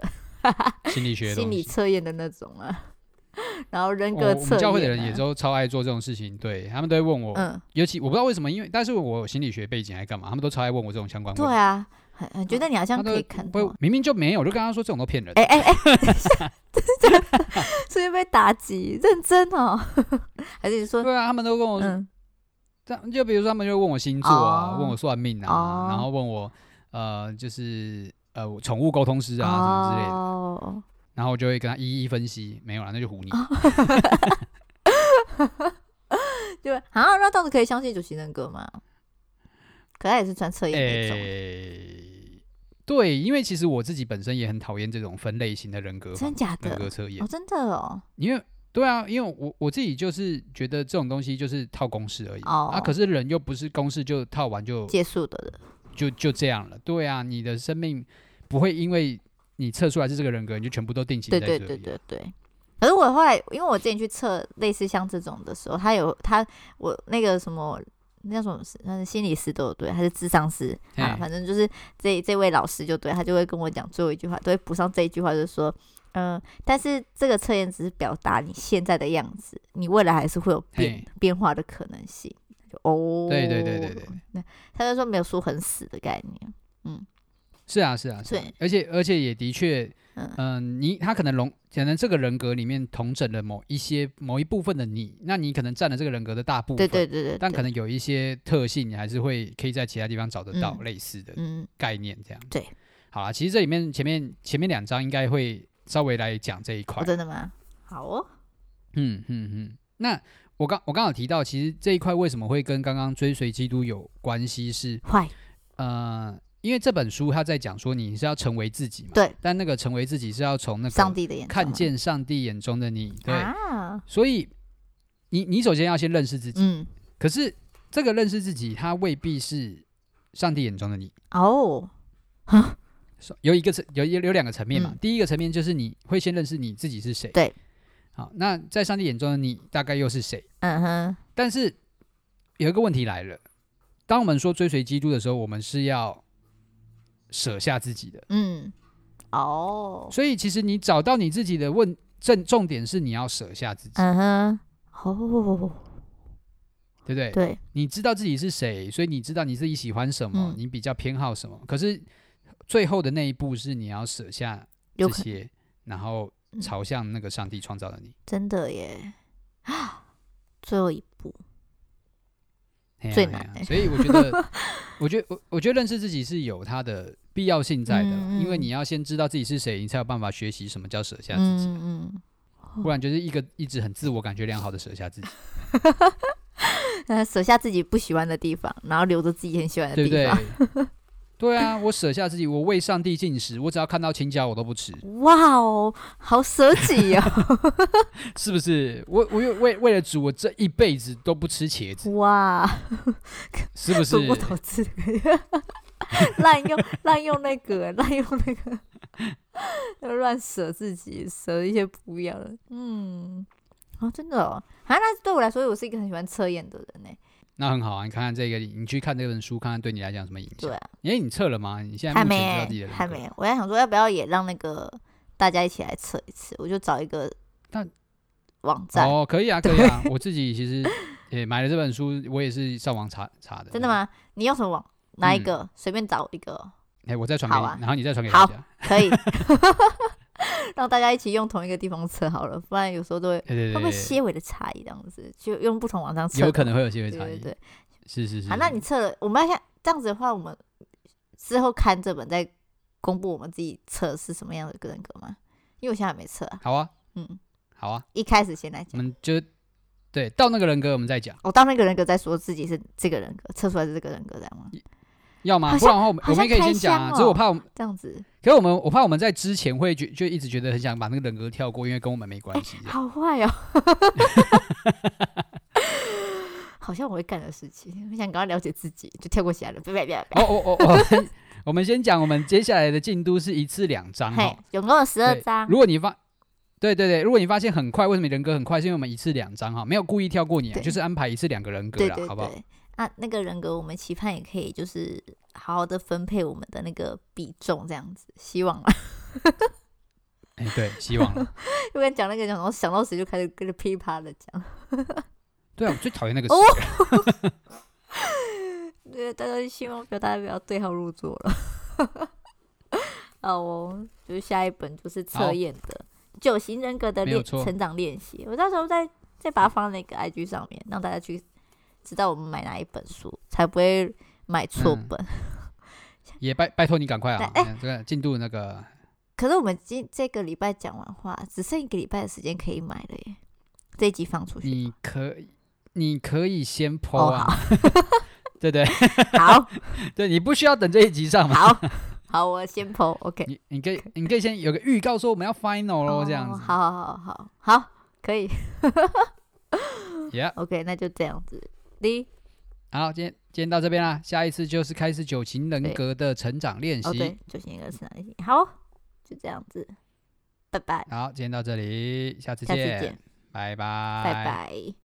Speaker 2: 心理学的
Speaker 3: 心
Speaker 2: 东
Speaker 3: 理
Speaker 2: 西。
Speaker 3: 测验的那种啊， 然后人
Speaker 2: 哦
Speaker 3: 格
Speaker 2: 我
Speaker 3: 测验、
Speaker 2: 们
Speaker 3: 啊
Speaker 2: 教会的人也都超爱做这种事情，对他们都会问我，
Speaker 3: 嗯，
Speaker 2: 尤其我不知道为什么，因为但是我有心理学背景还干嘛，他们都超爱问我这种相关问
Speaker 3: 对
Speaker 2: 题。
Speaker 3: 啊，很很觉得你好像
Speaker 2: 他都
Speaker 3: 可以看
Speaker 2: 不会
Speaker 3: 透，
Speaker 2: 明明就没有，我就跟他说这种都骗人。
Speaker 3: 哎哎 哎，等一下 这是被打击，认真哦， 还是你说
Speaker 2: 对啊，他们都跟我说，
Speaker 3: 嗯
Speaker 2: 这样就比如说他们就会问我星座啊，
Speaker 3: 哦
Speaker 2: 问我算命啊，
Speaker 3: 哦
Speaker 2: 然后问我呃就是呃我宠物沟通师啊、什么之类的，
Speaker 3: 哦，
Speaker 2: 然后我就会跟他一一分析。没有啦，那就唬你。
Speaker 3: 对啊，那到底可以相信主席人格吗？可他也是穿测验那种，
Speaker 2: 哎诶呃对，因为其实我自己本身也很讨厌这种分类型的人格
Speaker 3: 真
Speaker 2: 方
Speaker 3: 假的
Speaker 2: 人？格测验
Speaker 3: 哦，，真的哦，
Speaker 2: 因为对啊，因为我我自己就是觉得这种东西就是套公式而已、
Speaker 3: 哦
Speaker 2: 啊，可是人又不是公式就套完就
Speaker 3: 结束的了，
Speaker 2: 就就这样了。对啊，你的生命不会因为你测出来是这个人格，你就全部都定型
Speaker 3: 对
Speaker 2: 在
Speaker 3: 对
Speaker 2: 这里。啊
Speaker 3: 对对对。可是我后来，因为我之前去测类似像这种的时候，他有他我那个什么那叫什么，那是心理师都有对，还是智商师啊
Speaker 2: 嘿，
Speaker 3: 反正就是这这位老师就对他就会跟我讲最后一句话，都会补上这一句话，就是说，嗯、但是这个测验只是表达你现在的样子，你未来还是会有变
Speaker 2: 嘿
Speaker 3: 变化的可能性。就哦，
Speaker 2: 对对对对对，对
Speaker 3: 他就说没有说很死的概念，
Speaker 2: 是啊是啊是啊
Speaker 3: 对，
Speaker 2: 而且而且也的确，
Speaker 3: 嗯
Speaker 2: 嗯、你他可能容可能这个人格里面统整了某一些某一部分的你，那你可能占了这个人格的大部分，
Speaker 3: 对对对对，
Speaker 2: 但可
Speaker 3: 对
Speaker 2: 能有一些特性，你还是会可以在其他地方找得到
Speaker 3: 嗯
Speaker 2: 类似的
Speaker 3: 嗯
Speaker 2: 概念，这样、
Speaker 3: 对，
Speaker 2: 好啦，其实这里面前面前面两章应该会稍微来讲这一块
Speaker 3: 哦，真的吗？好哦，
Speaker 2: 嗯嗯嗯。那我刚我刚好提到，其实这一块为什么会跟刚刚追随基督有关系是，
Speaker 3: 坏，
Speaker 2: 呃，因为这本书他在讲说你是要成为自己嘛，
Speaker 3: 对，
Speaker 2: 但那个成为自己是要从那
Speaker 3: 上
Speaker 2: 个
Speaker 3: 帝的眼中啊
Speaker 2: 看
Speaker 3: 嘛
Speaker 2: 见上帝眼中的你，对，
Speaker 3: 啊，
Speaker 2: 所以你你首先要先认识自己，
Speaker 3: 嗯，
Speaker 2: 可是这个认识自己，它未必是上帝眼中的你。
Speaker 3: 哦，
Speaker 2: 是有一个层有有有两个层面嘛、
Speaker 3: 嗯
Speaker 2: 第一个层面就是你会先认识你自己是谁，
Speaker 3: 对，
Speaker 2: 好，那在上帝眼中的你大概又是谁？
Speaker 3: 嗯哼，
Speaker 2: 但是有一个问题来了，当我们说追随基督的时候，我们是要舍下自己的。
Speaker 3: 嗯，哦，
Speaker 2: 所以其实你找到你自己的问正重点是你要舍下自己，
Speaker 3: 嗯哼，哦，
Speaker 2: 对不对？
Speaker 3: 对，
Speaker 2: 你知道自己是谁，所以你知道你自己喜欢什么
Speaker 3: 嗯，
Speaker 2: 你比较偏好什么。可是最后的那一步是你要舍下
Speaker 3: 有
Speaker 2: 这
Speaker 3: 可
Speaker 2: 些，然后
Speaker 3: 嗯
Speaker 2: 朝向那个上帝创造的你。
Speaker 3: 真的耶， 最后一步，
Speaker 2: 嘿啊
Speaker 3: 最
Speaker 2: 嘿
Speaker 3: 难
Speaker 2: 啊
Speaker 3: 欸
Speaker 2: 所以我觉得，我觉得我我觉得认识自己是有它的必要性在的啦，
Speaker 3: 嗯嗯
Speaker 2: 因为你要先知道自己是谁，你才有办法学习什么叫舍下自己，
Speaker 3: 嗯嗯
Speaker 2: 不然就是一个一直很自我感觉良好的舍下自己，
Speaker 3: 嗯，呃舍下自己不喜欢的地方，然后留着自己很喜欢的
Speaker 2: 对
Speaker 3: 地
Speaker 2: 不对
Speaker 3: 方，？
Speaker 2: 对啊，我舍下自己，我为上帝进食，我只要看到青椒我都不吃，
Speaker 3: 哇哦，好舍己哦，
Speaker 2: 是不是？我我又为为了主，我这一辈子都不吃茄子，
Speaker 3: 哇，
Speaker 2: 是不是
Speaker 3: 不？不投资， 滥用滥用那个滥用那个，要 乱舍自己，舍一些不要的。嗯，哦，真的哦，啊，那对我来说，我是一个很喜欢测验的人欸呢。
Speaker 2: 那很好啊，你看看这个，你去看这本书，看看对你来讲有什么影响
Speaker 3: 对。啊，
Speaker 2: 哎，你测了吗？你现在
Speaker 3: 还
Speaker 2: 目
Speaker 3: 没
Speaker 2: 前知道
Speaker 3: 欸
Speaker 2: 自己的，人
Speaker 3: 还
Speaker 2: 格
Speaker 3: 没欸。我在想说，要不要也让那个大家一起来测一次？我就找一个
Speaker 2: 但
Speaker 3: 网站，
Speaker 2: 哦，可以啊，可以啊。我自己其 实也买了这本书，我也是上网查查的。
Speaker 3: 真的？吗？你用什么网？哪一
Speaker 2: 嗯
Speaker 3: 个？随便找一个哦，
Speaker 2: 哎，我再传给你，
Speaker 3: 好啊
Speaker 2: 然后你再传给大
Speaker 3: 好
Speaker 2: 家。
Speaker 3: 可以 让大家一起用同一个地方测好了，不然有时候都会
Speaker 2: 对对
Speaker 3: 会不会
Speaker 2: 对对，
Speaker 3: 些微的差异这样子？就用不同网站测，
Speaker 2: 有可能会有些微
Speaker 3: 对
Speaker 2: 差
Speaker 3: 对
Speaker 2: 异。
Speaker 3: 对。
Speaker 2: 是是是。
Speaker 3: 好，那你测了，我们要看这样子的话，我们之后看这本再公布我们自己测是什么样的个人格吗？因为我现在还没测啊，
Speaker 2: 好啊，
Speaker 3: 嗯，
Speaker 2: 好啊，
Speaker 3: 一开始先来
Speaker 2: 我
Speaker 3: 讲，
Speaker 2: 们就对到那个人格我们再讲，
Speaker 3: 我当那个人格再说自己是这个人格，测出来是这个人格这样吗？
Speaker 2: 要吗？
Speaker 3: 好
Speaker 2: 不然的话我们
Speaker 3: 好
Speaker 2: 我们
Speaker 3: 像
Speaker 2: 也可以
Speaker 3: 开
Speaker 2: 先讲
Speaker 3: 箱
Speaker 2: 啊，
Speaker 3: 哦
Speaker 2: 只是我怕我们，
Speaker 3: 这样子，
Speaker 2: 可是我们我怕我们在之前会觉就一直觉得很想把那个人格跳过，因为跟我们没关系。
Speaker 3: 好 坏哦，好像我会干的事情，我想赶快了解自己，就跳过其他人，别别别
Speaker 2: 哦
Speaker 3: 别，
Speaker 2: 哦哦哦，我们 先讲我们接下来的进度是一次两章哈
Speaker 3: 嘿。，总共有十二
Speaker 2: 对
Speaker 3: 章，
Speaker 2: 如果你发，对对对，如果你发现很快，为什么人格很快？是因为我们一次两张哈，没有故意跳过你、啊，
Speaker 3: 对
Speaker 2: 就是安排一次两个人格
Speaker 3: 对
Speaker 2: 啦，
Speaker 3: 对
Speaker 2: 好不好？
Speaker 3: 对，那那个人格，我们期盼也可以就是好好的分配我们的那个比重，这样子，希望啊。
Speaker 2: 哎、对，希望了。
Speaker 3: 因为讲那个讲，我想到谁就开始跟着噼啪的讲，
Speaker 2: 对啊，我最讨厌那个
Speaker 3: 哦
Speaker 2: 谁了
Speaker 3: 对，大家希望不要大家不要对号入座了。 好哦，就是下一本就是测
Speaker 2: 好
Speaker 3: 验的九型人格的
Speaker 2: 没有
Speaker 3: 练
Speaker 2: 错
Speaker 3: 成长练习，我到时候再再把它放在那个 IG 上面，让大家去知道我们买哪一本书，才不会买错
Speaker 2: 嗯
Speaker 3: 本。
Speaker 2: 也拜拜托你赶快啊！
Speaker 3: 哎
Speaker 2: 嗯这个进度那个
Speaker 3: 可是我们今这个礼拜讲完话，只剩一个礼拜的时间可以买了耶。这一集放出去，
Speaker 2: 你可以你可以先
Speaker 3: 哦
Speaker 2: 剖啊，对 对
Speaker 3: 好
Speaker 2: 对，你不需要等这一集上嘛。
Speaker 3: 好 好，我先剖 OK。
Speaker 2: 你你可以你可以先有个预告说我们要 final 咯，这样
Speaker 3: 哦
Speaker 2: 子。
Speaker 3: 好好好好好，可以
Speaker 2: Yeah，
Speaker 3: OK，那就这样子。第一
Speaker 2: 好，今天今天到这边啦，下一次就是开始九型人
Speaker 3: 对
Speaker 2: 格的成长练
Speaker 3: 哦对
Speaker 2: 习。，
Speaker 3: 就先一个是哪里？好，就这样子，拜拜，
Speaker 2: 好，今天到这里，下次
Speaker 3: 下次
Speaker 2: 见
Speaker 3: 见，，
Speaker 2: 拜拜，
Speaker 3: 拜拜。